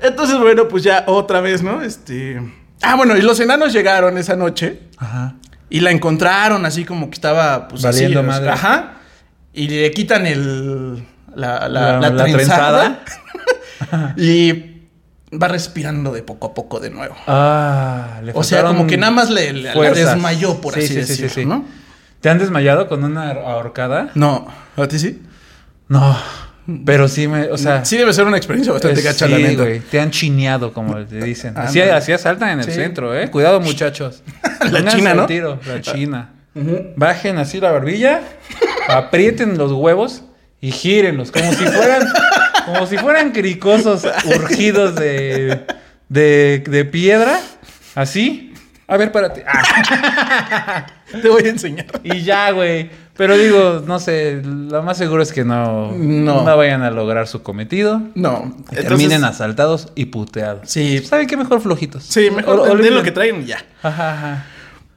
Speaker 1: Entonces, bueno, pues ya otra vez, ¿no? Este. Ah, bueno, y los enanos llegaron esa noche.
Speaker 2: Ajá.
Speaker 1: Y la encontraron así como que estaba pues
Speaker 2: Valiendo
Speaker 1: así, o sea,
Speaker 2: madre.
Speaker 1: Ajá. Y le quitan el la, la-
Speaker 2: La-
Speaker 1: la
Speaker 2: la
Speaker 1: trenzada. y va respirando de poco a poco de nuevo.
Speaker 2: Ah, le
Speaker 1: O sea,
Speaker 2: faltaron
Speaker 1: como que nada más le, le- la
Speaker 2: fuerzas.
Speaker 1: desmayó, por
Speaker 2: Sí,
Speaker 1: así
Speaker 2: sí, sí, sí,
Speaker 1: decirlo,
Speaker 2: sí.
Speaker 1: ¿no?
Speaker 2: ¿Te han desmayado con una ahorcada?
Speaker 1: No, ¿a ti sí?
Speaker 2: No. Pero sí me, o sea,
Speaker 1: sí debe ser una experiencia bastante
Speaker 2: Ah. es-
Speaker 1: gacha,
Speaker 2: sí,
Speaker 1: la neta.
Speaker 2: güey, Te han chineado, como te dicen.
Speaker 1: Ah,
Speaker 2: Así,
Speaker 1: ándale.
Speaker 2: así asaltan en el
Speaker 1: Sí.
Speaker 2: centro, ¿eh? Cuidado, muchachos.
Speaker 1: La
Speaker 2: Pónganse
Speaker 1: china,
Speaker 2: al
Speaker 1: ¿no?
Speaker 2: tiro, la china.
Speaker 1: Ujú.
Speaker 2: Bajen así la barbilla, aprieten los huevos y gírenlos, como si fueran, como si fueran cricosos urgidos de, de, de piedra, así. A ver, párate. Ah,
Speaker 1: Te voy a enseñar.
Speaker 2: y ya, güey. Pero digo, no sé, lo más seguro es que no,
Speaker 1: No.
Speaker 2: no vayan a lograr su cometido.
Speaker 1: No.
Speaker 2: Y
Speaker 1: entonces-
Speaker 2: terminen asaltados y puteados.
Speaker 1: Sí.
Speaker 2: ¿Saben qué? Mejor flojitos.
Speaker 1: Sí, mejor
Speaker 2: Ol-
Speaker 1: den- den
Speaker 2: olviden.
Speaker 1: lo que traen y ya.
Speaker 2: Ajá, ajá.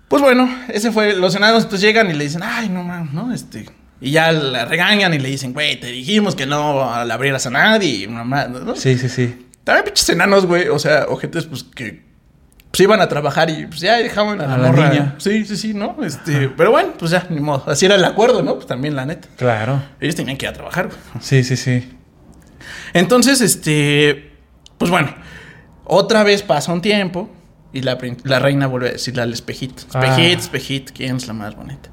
Speaker 1: Pues bueno, ese fue. Los enanos pues llegan y le dicen, ay, no mames, ¿no? Este. Y ya la regañan y le dicen, güey, te dijimos que no la abrieras a nadie. y Mamá, ¿no?
Speaker 2: Sí, sí, sí.
Speaker 1: También pinches enanos, güey. O sea, ojetes, pues que. Pues iban a trabajar y pues ya dejaban a la,
Speaker 2: A la
Speaker 1: morra.
Speaker 2: niña.
Speaker 1: Sí, sí, sí, ¿no? Este, pero bueno, pues ya, ni modo. Así era el acuerdo, ¿no? Pues también la neta.
Speaker 2: Claro.
Speaker 1: Ellos tenían que ir a trabajar, güey.
Speaker 2: Sí, sí, sí.
Speaker 1: Entonces, este, pues bueno, otra vez pasa un tiempo y la, prin- la reina vuelve a decirle al espejito,
Speaker 2: Ah.
Speaker 1: espejito, espejito, ¿quién es la más bonita?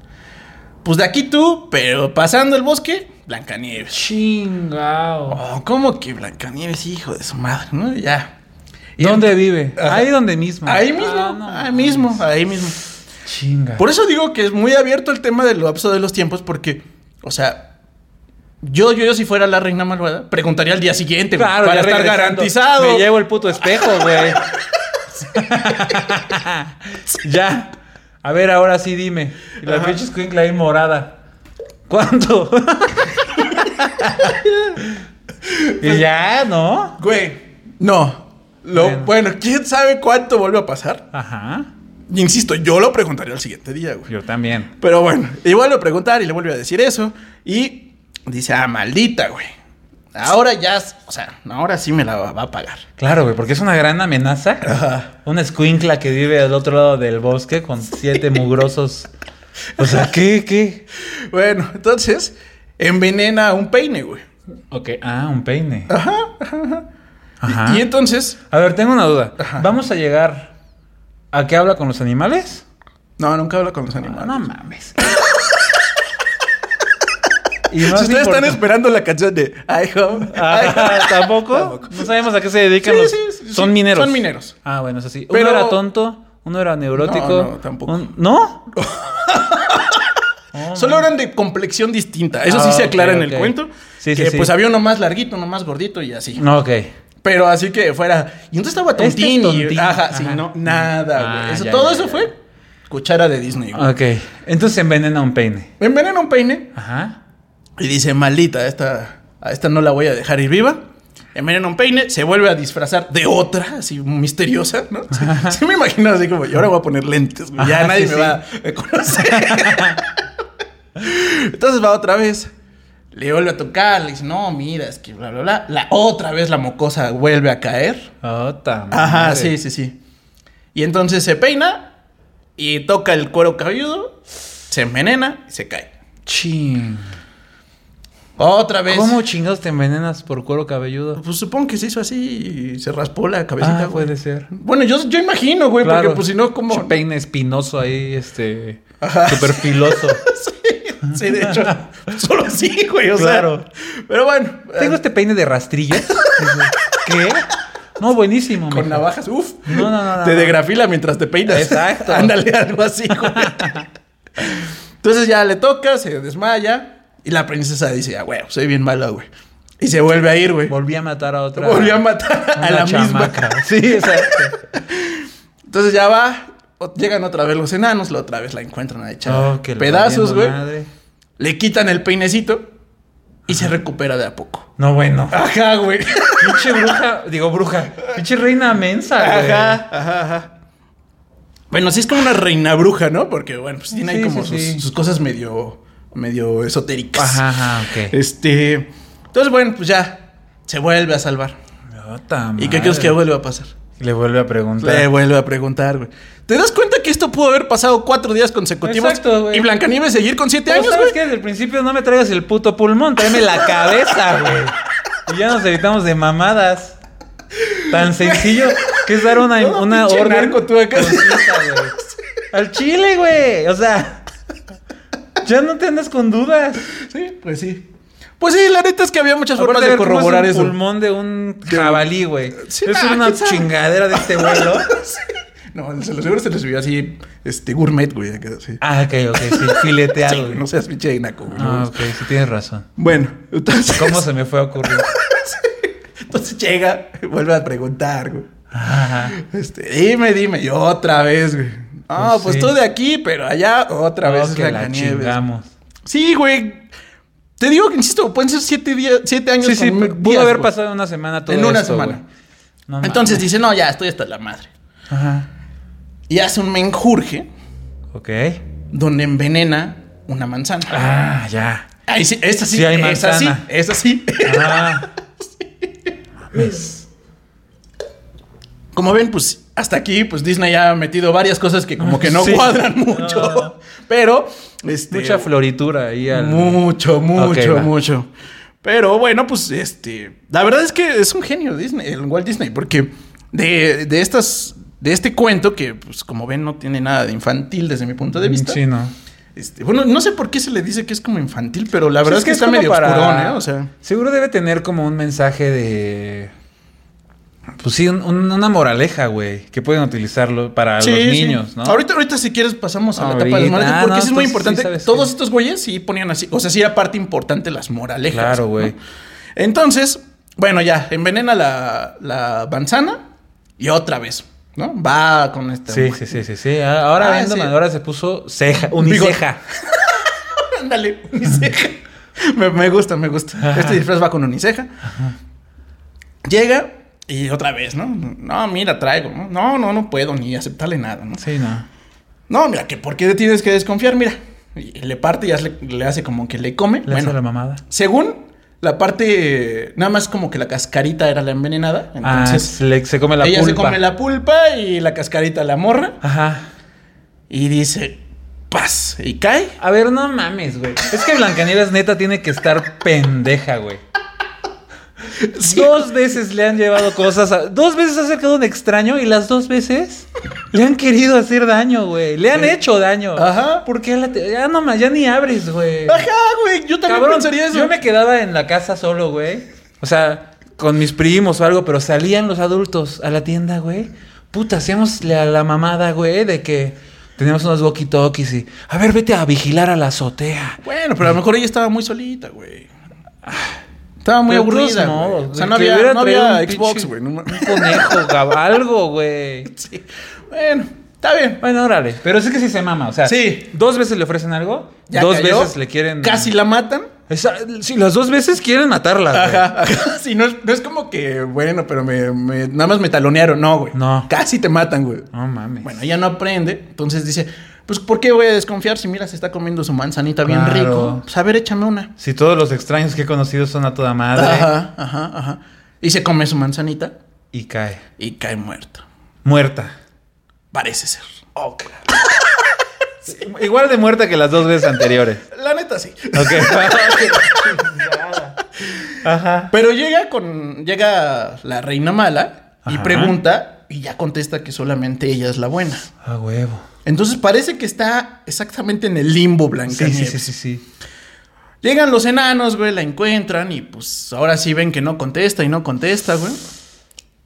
Speaker 1: Pues de aquí tú, pero pasando el bosque, Blancanieves.
Speaker 2: Chingao.
Speaker 1: Oh, ¿cómo que Blancanieves, hijo de su madre? ¿No? Ya. Y
Speaker 2: ¿Dónde vive?
Speaker 1: Ajá.
Speaker 2: Ahí donde mismo.
Speaker 1: Ahí mismo,
Speaker 2: Ah, no
Speaker 1: ahí mismo,
Speaker 2: mames.
Speaker 1: ahí mismo.
Speaker 2: Chinga.
Speaker 1: Por eso digo que es muy abierto el tema del lapso de los tiempos, porque, o sea, yo, yo, yo si fuera la reina malvada, preguntaría al día siguiente, güey,
Speaker 2: Claro,
Speaker 1: para
Speaker 2: ya
Speaker 1: estar
Speaker 2: regresando.
Speaker 1: garantizado.
Speaker 2: Me llevo el puto espejo, güey. ya. A ver, ahora sí dime. Y la
Speaker 1: Ajá.
Speaker 2: pinche escuincla ahí morada. ¿Cuánto? y ya, ¿no?
Speaker 1: Güey, no. Lo,
Speaker 2: Bueno.
Speaker 1: bueno. quién sabe cuánto vuelve a pasar.
Speaker 2: Ajá.
Speaker 1: Y insisto, yo lo preguntaría al siguiente día, güey.
Speaker 2: Yo también.
Speaker 1: Pero bueno, y vuelve a preguntar y le vuelve a decir eso. Y dice, ah, maldita, güey. Ahora ya, o sea, ahora sí me la va va a pagar.
Speaker 2: Claro, güey, porque es una gran amenaza.
Speaker 1: Ajá.
Speaker 2: Una escuincla que vive al otro lado del bosque con siete mugrosos. O sea, ¿qué? ¿Qué?
Speaker 1: Bueno, entonces envenena un peine, güey.
Speaker 2: Ok, ah, un peine. Ajá, ajá.
Speaker 1: Y entonces,
Speaker 2: A ver, tengo una duda.
Speaker 1: Ajá.
Speaker 2: ¿Vamos a llegar a que habla con los animales?
Speaker 1: no, nunca habla con los animales.
Speaker 2: Ah, no mames. y más
Speaker 1: si ustedes están
Speaker 2: importante-
Speaker 1: esperando la canción de I Hope.
Speaker 2: Ah, ¿Tampoco? No sabemos a qué se dedican
Speaker 1: Sí,
Speaker 2: los...
Speaker 1: sí, sí,
Speaker 2: son
Speaker 1: sí,
Speaker 2: mineros.
Speaker 1: son mineros.
Speaker 2: Ah, bueno, eso sí.
Speaker 1: Pero-
Speaker 2: Uno era tonto, uno era neurótico.
Speaker 1: No, no, tampoco.
Speaker 2: un- ¿No? Oh,
Speaker 1: Solo eran de complexión distinta. Eso
Speaker 2: Ah,
Speaker 1: sí se
Speaker 2: ok,
Speaker 1: aclara en
Speaker 2: ok.
Speaker 1: el cuento.
Speaker 2: Sí, sí,
Speaker 1: que
Speaker 2: sí.
Speaker 1: pues había uno más larguito, uno más gordito y así.
Speaker 2: No, ok.
Speaker 1: Pero así que fuera. Y entonces estaba
Speaker 2: Este es
Speaker 1: tontín. y-
Speaker 2: tontín.
Speaker 1: Ajá,
Speaker 2: Ajá.
Speaker 1: sí, no, nada,
Speaker 2: Ah,
Speaker 1: güey. Eso-
Speaker 2: ya,
Speaker 1: todo
Speaker 2: ya, Ah.
Speaker 1: eso
Speaker 2: ya.
Speaker 1: fue cuchara de Disney, güey.
Speaker 2: Ok. Entonces envenena un peine.
Speaker 1: Envenena un peine
Speaker 2: Ajá.
Speaker 1: y dice, maldita, esta, a esta no la voy a dejar ir viva. Envenena un peine, se vuelve a disfrazar de otra, así misteriosa, ¿no? Sí, sí me imagino así como, y ahora voy a poner lentes, güey. Ya
Speaker 2: Ajá,
Speaker 1: nadie
Speaker 2: Ah,
Speaker 1: me
Speaker 2: sí, sí.
Speaker 1: va a conocer. Entonces va otra vez. Le vuelve a tocar, le dice, no, mira, es que bla, bla, bla. La otra vez la mocosa vuelve a caer.
Speaker 2: Ota
Speaker 1: Ajá,
Speaker 2: Ah, madre.
Speaker 1: sí, sí, sí. Y entonces se peina y toca el cuero cabelludo, se envenena y se cae.
Speaker 2: Ching.
Speaker 1: Otra vez.
Speaker 2: ¿Cómo chingados te envenenas por cuero cabelludo?
Speaker 1: Pues supongo que se hizo así y se raspó la cabecita,
Speaker 2: Ah,
Speaker 1: güey.
Speaker 2: puede ser.
Speaker 1: Bueno, yo, yo imagino, güey,
Speaker 2: Claro.
Speaker 1: porque pues si no, como.
Speaker 2: Ese peine espinoso ahí, este.
Speaker 1: Ajá.
Speaker 2: Súper filoso.
Speaker 1: Sí, de hecho, solo así, güey, o
Speaker 2: Claro.
Speaker 1: sea. Pero bueno, eh,
Speaker 2: Tengo este peine de rastrillo. ¿Qué? No, buenísimo.
Speaker 1: con
Speaker 2: mijo.
Speaker 1: navajas, uff.
Speaker 2: No, no, no, no,
Speaker 1: Te
Speaker 2: no.
Speaker 1: degrafila mientras te peinas.
Speaker 2: Exacto.
Speaker 1: Ándale, algo así, güey. Entonces ya le toca, se desmaya. Y la princesa dice, ah, güey, soy bien mala, güey. Y se vuelve a ir, güey.
Speaker 2: Volví a matar a otra.
Speaker 1: Volvió a matar a
Speaker 2: una
Speaker 1: la
Speaker 2: chamaca.
Speaker 1: misma.
Speaker 2: Sí, exacto.
Speaker 1: Entonces ya va. o- Llegan otra vez los enanos, la otra vez la encuentran a echar
Speaker 2: Oh, que la
Speaker 1: pedazos,
Speaker 2: valiendo
Speaker 1: güey.
Speaker 2: madre.
Speaker 1: Le quitan el peinecito y se recupera de a poco.
Speaker 2: No, bueno.
Speaker 1: Ajá, güey.
Speaker 2: Pinche bruja. Digo, bruja. Pinche reina mensa, güey.
Speaker 1: Ajá, ajá, ajá. Bueno, sí es como una reina bruja, ¿no? Porque, bueno, pues tiene ahí
Speaker 2: Sí,
Speaker 1: como
Speaker 2: sí,
Speaker 1: sus,
Speaker 2: sí.
Speaker 1: sus cosas medio, medio esotéricas.
Speaker 2: Ajá, ajá, ok.
Speaker 1: Este. Entonces, bueno, pues ya se vuelve a salvar.
Speaker 2: Ota
Speaker 1: ¿Y qué
Speaker 2: madre.
Speaker 1: crees que vuelve a pasar?
Speaker 2: Le vuelve a preguntar.
Speaker 1: Le vuelve a preguntar, güey. ¿Te das cuenta que esto pudo haber pasado cuatro días consecutivos?
Speaker 2: Exacto, güey.
Speaker 1: Y Blancanieves seguir con siete
Speaker 2: Pero
Speaker 1: años,
Speaker 2: ¿Sabes
Speaker 1: güey.
Speaker 2: qué? Desde el principio no me traigas el puto pulmón, tráeme la cabeza, güey. Y ya nos evitamos de mamadas. Tan sencillo que es dar una,
Speaker 1: Todo
Speaker 2: una
Speaker 1: pinche
Speaker 2: orden.
Speaker 1: narco tú acá.
Speaker 2: concisa, güey. Al chile, güey. O sea, ya no te andas con dudas.
Speaker 1: Sí, pues sí. Pues sí, la neta es que había muchas
Speaker 2: Aparte,
Speaker 1: formas
Speaker 2: a
Speaker 1: de
Speaker 2: ver, ¿cómo es
Speaker 1: corroborar
Speaker 2: un
Speaker 1: eso.
Speaker 2: pulmón de un jabalí, güey.
Speaker 1: Sí,
Speaker 2: es
Speaker 1: nah,
Speaker 2: una
Speaker 1: quién sabe.
Speaker 2: chingadera de este vuelo.
Speaker 1: Sí. No, se lo seguro se le subió así, este, gourmet, güey. acá, sí.
Speaker 2: Ah, ok, ok, sí, fileteado.
Speaker 1: Sí,
Speaker 2: güey.
Speaker 1: no seas pinche naco, güey.
Speaker 2: Ah, ok, sí tienes razón.
Speaker 1: Bueno, entonces.
Speaker 2: ¿Cómo se me fue a ocurrir?
Speaker 1: Entonces llega, vuelve a preguntar, güey.
Speaker 2: Ajá.
Speaker 1: Este, dime, dime. Y otra vez, güey. Ah,
Speaker 2: Pues
Speaker 1: pues
Speaker 2: sí.
Speaker 1: tú de aquí, pero allá otra vez
Speaker 2: Oh,
Speaker 1: es
Speaker 2: que la
Speaker 1: Blancanieves.
Speaker 2: chingamos.
Speaker 1: Sí, güey. Te digo que, insisto, pueden ser siete, días, siete años.
Speaker 2: Sí, sí,
Speaker 1: con-
Speaker 2: pudo
Speaker 1: días,
Speaker 2: haber
Speaker 1: güey.
Speaker 2: pasado en una semana todo
Speaker 1: En una
Speaker 2: esto,
Speaker 1: semana.
Speaker 2: güey. No mames.
Speaker 1: Entonces dice, no, ya, estoy hasta la madre.
Speaker 2: Ajá.
Speaker 1: Y hace un menjurje
Speaker 2: Ok.
Speaker 1: donde envenena una manzana.
Speaker 2: Ah, ya.
Speaker 1: Ay, sí, esa sí,
Speaker 2: Sí hay
Speaker 1: esa sí,
Speaker 2: manzana.
Speaker 1: esa sí.
Speaker 2: Ah,
Speaker 1: Como ven, pues hasta aquí, pues Disney ha metido varias cosas que como que no
Speaker 2: Sí.
Speaker 1: cuadran mucho.
Speaker 2: No.
Speaker 1: Pero, este.
Speaker 2: mucha floritura ahí al...
Speaker 1: Mucho, mucho,
Speaker 2: Ok, va.
Speaker 1: mucho. Pero bueno, pues este. La verdad es que es un genio Disney, el Walt Disney, porque de, de estas. De este cuento, que pues como ven, no tiene nada de infantil desde mi punto de vista.
Speaker 2: Mm, Sí, no.
Speaker 1: Este, bueno, no sé por qué se le dice que es como infantil, pero
Speaker 2: Pues
Speaker 1: la verdad es que, está
Speaker 2: como
Speaker 1: medio
Speaker 2: para-
Speaker 1: oscurón, ¿eh? O sea.
Speaker 2: Seguro debe tener como un mensaje de. Pues sí, un- un- una moraleja, güey. Que pueden utilizarlo para
Speaker 1: Sí,
Speaker 2: los
Speaker 1: sí.
Speaker 2: niños, ¿no?
Speaker 1: Ahorita, ahorita si quieres pasamos a la etapa
Speaker 2: Ahorita.
Speaker 1: de las moralejas,
Speaker 2: Ah,
Speaker 1: porque
Speaker 2: no,
Speaker 1: sí es muy
Speaker 2: entonces sí
Speaker 1: importante.
Speaker 2: sabes
Speaker 1: Todos
Speaker 2: que-
Speaker 1: estos güeyes sí ponían así, o sea, sí era parte importante las moralejas.
Speaker 2: Claro,
Speaker 1: ¿no?
Speaker 2: güey.
Speaker 1: Entonces, bueno, ya, envenena la, la manzana y otra vez, ¿no? Va con este esta
Speaker 2: Sí,
Speaker 1: mujer.
Speaker 2: sí, sí, sí, sí. Ah, Ahora
Speaker 1: Ah,
Speaker 2: viendo,
Speaker 1: sí.
Speaker 2: ahora se puso ceja, uniceja.
Speaker 1: Ándale, uniceja. me, me gusta, me gusta. Este disfraz va con uniceja. Llega y otra vez, ¿no? No, mira, traigo, ¿no? No, no, no puedo ni aceptarle nada, ¿no?
Speaker 2: Sí, no.
Speaker 1: No, mira, que por qué tienes que desconfiar, mira. Y le parte y hazle- le hace como que le come.
Speaker 2: Le
Speaker 1: bueno,
Speaker 2: hace la mamada.
Speaker 1: según la parte, nada más como que la cascarita era la envenenada. Entonces,
Speaker 2: ah, le- se come la
Speaker 1: ella
Speaker 2: pulpa.
Speaker 1: se come la pulpa y la cascarita la morra.
Speaker 2: Ajá.
Speaker 1: Y dice, paz. Y cae.
Speaker 2: A ver, no mames, güey. Es que Blancanieves neta tiene que estar pendeja, güey. Dos veces le han llevado cosas. a- Dos veces ha acercado un extraño y las dos veces le han querido hacer daño, güey. Le han
Speaker 1: Sí.
Speaker 2: hecho daño.
Speaker 1: Ajá.
Speaker 2: Porque la te- ya no ma- ya ni abres, güey.
Speaker 1: Ajá, güey. Yo también
Speaker 2: Cabrón,
Speaker 1: pensaría eso.
Speaker 2: Yo me quedaba en la casa solo, güey. O sea, con mis primos o algo, pero salían los adultos a la tienda, güey. Puta, hacíamos la, la mamada, güey, de que teníamos unos walkie-talkies y. A ver, vete a vigilar a la azotea.
Speaker 1: Bueno, pero a lo mejor ella estaba muy solita, güey. Estaba muy
Speaker 2: Pero de
Speaker 1: aburrida.
Speaker 2: todos
Speaker 1: güey.
Speaker 2: modos,
Speaker 1: o sea,
Speaker 2: de
Speaker 1: no
Speaker 2: que
Speaker 1: había,
Speaker 2: hubiera
Speaker 1: no
Speaker 2: traído
Speaker 1: había
Speaker 2: un
Speaker 1: Xbox,
Speaker 2: pinche-
Speaker 1: güey. no ma-
Speaker 2: Un conejo, gab- algo, güey.
Speaker 1: Sí. Bueno, está bien.
Speaker 2: Bueno, órale. Pero es que sí se mama, o sea.
Speaker 1: Sí.
Speaker 2: Dos veces le ofrecen algo,
Speaker 1: Ya
Speaker 2: dos
Speaker 1: cayó.
Speaker 2: veces le quieren.
Speaker 1: Casi la matan.
Speaker 2: Esa- sí, las dos veces quieren matarla, güey.
Speaker 1: Ajá, ajá. Sí, no es, no es como que, bueno, pero me, me- nada más me talonearon. No, güey.
Speaker 2: No.
Speaker 1: Casi te matan, güey.
Speaker 2: No mames.
Speaker 1: Bueno, ella no aprende. Entonces dice, pues, ¿por qué voy a desconfiar si mira, se está comiendo su manzanita bien
Speaker 2: Claro.
Speaker 1: rico? Pues, a ver, échame una.
Speaker 2: Si todos los extraños que he conocido son a toda madre.
Speaker 1: Ajá, ajá, ajá. Y se come su manzanita
Speaker 2: Y cae.
Speaker 1: y cae muerto.
Speaker 2: Muerta.
Speaker 1: Parece ser.
Speaker 2: Igual de muerta que las dos veces anteriores.
Speaker 1: La neta, sí.
Speaker 2: Ok. Ajá.
Speaker 1: Pero llega con. Llega la reina mala y
Speaker 2: Ajá.
Speaker 1: pregunta y ya contesta que solamente ella es la buena.
Speaker 2: A huevo.
Speaker 1: Entonces parece que está exactamente en el limbo
Speaker 2: Sí,
Speaker 1: Blancanieves.
Speaker 2: sí, sí, sí, sí.
Speaker 1: Llegan los enanos, güey, la encuentran y pues ahora sí ven que no contesta y no contesta, güey.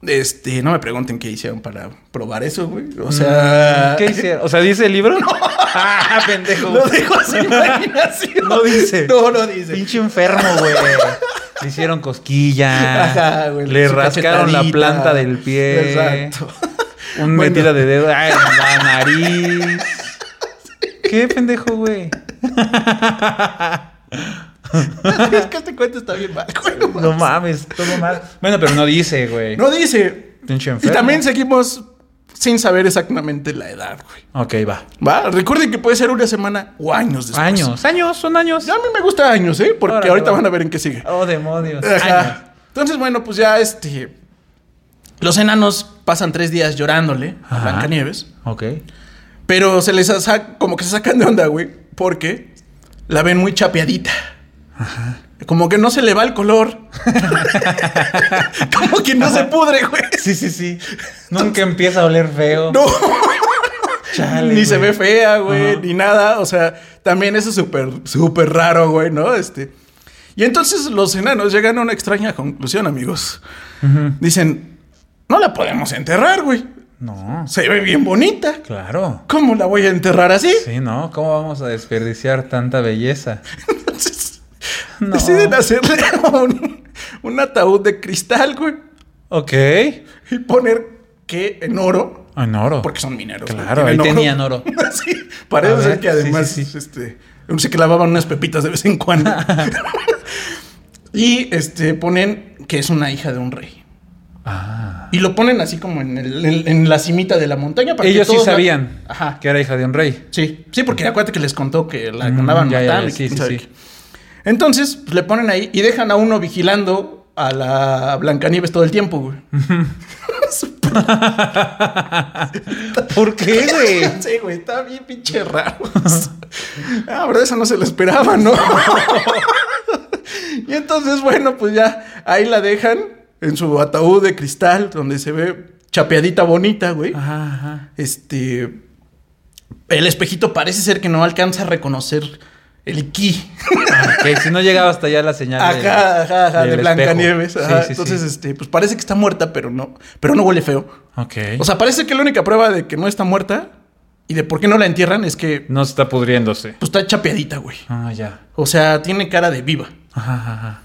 Speaker 1: Este, no me pregunten qué hicieron para probar eso, güey. O sea,
Speaker 2: Mm, ¿Qué hicieron? O sea, ¿dice el libro? Ah, pendejo.
Speaker 1: lo dejo a su imaginación.
Speaker 2: No dice.
Speaker 1: No, no dice.
Speaker 2: Pinche enfermo, güey. Le hicieron cosquilla.
Speaker 1: Ajá, güey,
Speaker 2: Ah, Le
Speaker 1: su
Speaker 2: rascaron la
Speaker 1: cachetadita.
Speaker 2: planta del pie.
Speaker 1: Exacto.
Speaker 2: Un
Speaker 1: Bueno.
Speaker 2: metida de dedo. Ay, en la nariz. ¿Qué pendejo, güey?
Speaker 1: es que este cuento está bien mal, güey.
Speaker 2: No mames, todo mal. Bueno, pero no dice, güey.
Speaker 1: No dice.
Speaker 2: Pinche
Speaker 1: Y
Speaker 2: enfermo.
Speaker 1: también seguimos sin saber exactamente la edad, güey.
Speaker 2: Ok, va.
Speaker 1: ¿Va? Recuerden que puede ser una semana o años después.
Speaker 2: Años. Años, son años.
Speaker 1: Ya a mí me gusta años, ¿eh? Porque
Speaker 2: Órale,
Speaker 1: ahorita
Speaker 2: va.
Speaker 1: van a ver en qué sigue.
Speaker 2: Oh, demonios. Años.
Speaker 1: Ajá. Entonces, bueno, pues ya este. Los enanos pasan tres días llorándole a
Speaker 2: Ajá.
Speaker 1: Blancanieves.
Speaker 2: Ok.
Speaker 1: Pero se les saca, como que se sacan de onda, güey. Porque la ven muy chapeadita. Como que no se le va el color. como que no se pudre, güey.
Speaker 2: Sí, sí, sí. Nunca empieza a oler feo.
Speaker 1: No.
Speaker 2: Chale,
Speaker 1: ni
Speaker 2: güey.
Speaker 1: se ve fea, güey,
Speaker 2: Ajá.
Speaker 1: ni nada. O sea, también eso es súper, súper raro, güey, ¿no? Este. Y entonces los enanos llegan a una extraña conclusión, amigos.
Speaker 2: Ujú.
Speaker 1: Dicen, no la podemos enterrar, güey.
Speaker 2: No.
Speaker 1: Se ve bien bonita.
Speaker 2: Claro.
Speaker 1: ¿Cómo la voy a enterrar así?
Speaker 2: Sí, ¿no? ¿Cómo vamos a desperdiciar tanta belleza?
Speaker 1: Entonces,
Speaker 2: No.
Speaker 1: deciden hacerle un, un ataúd de cristal, güey.
Speaker 2: Ok.
Speaker 1: Y poner que en oro,
Speaker 2: En oro.
Speaker 1: porque son mineros. güey,
Speaker 2: Claro,
Speaker 1: tienen
Speaker 2: ahí tenían oro.
Speaker 1: sí, parece
Speaker 2: A ver,
Speaker 1: ser que
Speaker 2: sí,
Speaker 1: además,
Speaker 2: sí, sí.
Speaker 1: este, se clavaban unas pepitas de vez en cuando. y este, ponen que es una hija de un rey.
Speaker 2: Ah.
Speaker 1: Y lo ponen así como en, el- en- en la cimita de la montaña. para que
Speaker 2: Ellos sí
Speaker 1: todos la-
Speaker 2: sabían
Speaker 1: Ajá.
Speaker 2: que era hija de un rey.
Speaker 1: Sí, sí, porque acuérdate que les contó que la
Speaker 2: Mm,
Speaker 1: andaban
Speaker 2: ya, ya,
Speaker 1: matando. y
Speaker 2: sí,
Speaker 1: quién
Speaker 2: sí,
Speaker 1: sabe
Speaker 2: sí.
Speaker 1: qué. Entonces, pues, le ponen ahí y dejan a uno vigilando a la Blancanieves todo el tiempo, güey.
Speaker 2: ¿Por qué, güey?
Speaker 1: Sí, güey, está bien pinche raro. La verdad, eso no se lo esperaba, ¿no? y entonces, bueno, pues ya ahí la dejan en su ataúd de cristal, donde se ve chapeadita bonita, güey.
Speaker 2: Ajá, ajá.
Speaker 1: Este. El espejito parece ser que no alcanza a reconocer el ki.
Speaker 2: Ah, Ok, si no llegaba hasta allá la señal. de-
Speaker 1: Ajá, ajá, ajá,
Speaker 2: del
Speaker 1: de
Speaker 2: espejo.
Speaker 1: Blancanieves. ajá.
Speaker 2: Sí, sí, sí.
Speaker 1: Entonces, este, pues parece que está muerta, pero no, pero no huele feo.
Speaker 2: Ok.
Speaker 1: O sea, parece que la única prueba de que no está muerta y de por qué no la entierran es que
Speaker 2: no está pudriéndose.
Speaker 1: pues, está chapeadita, güey.
Speaker 2: Ah, ya.
Speaker 1: O sea, tiene cara de viva.
Speaker 2: Ajá, ajá, ajá.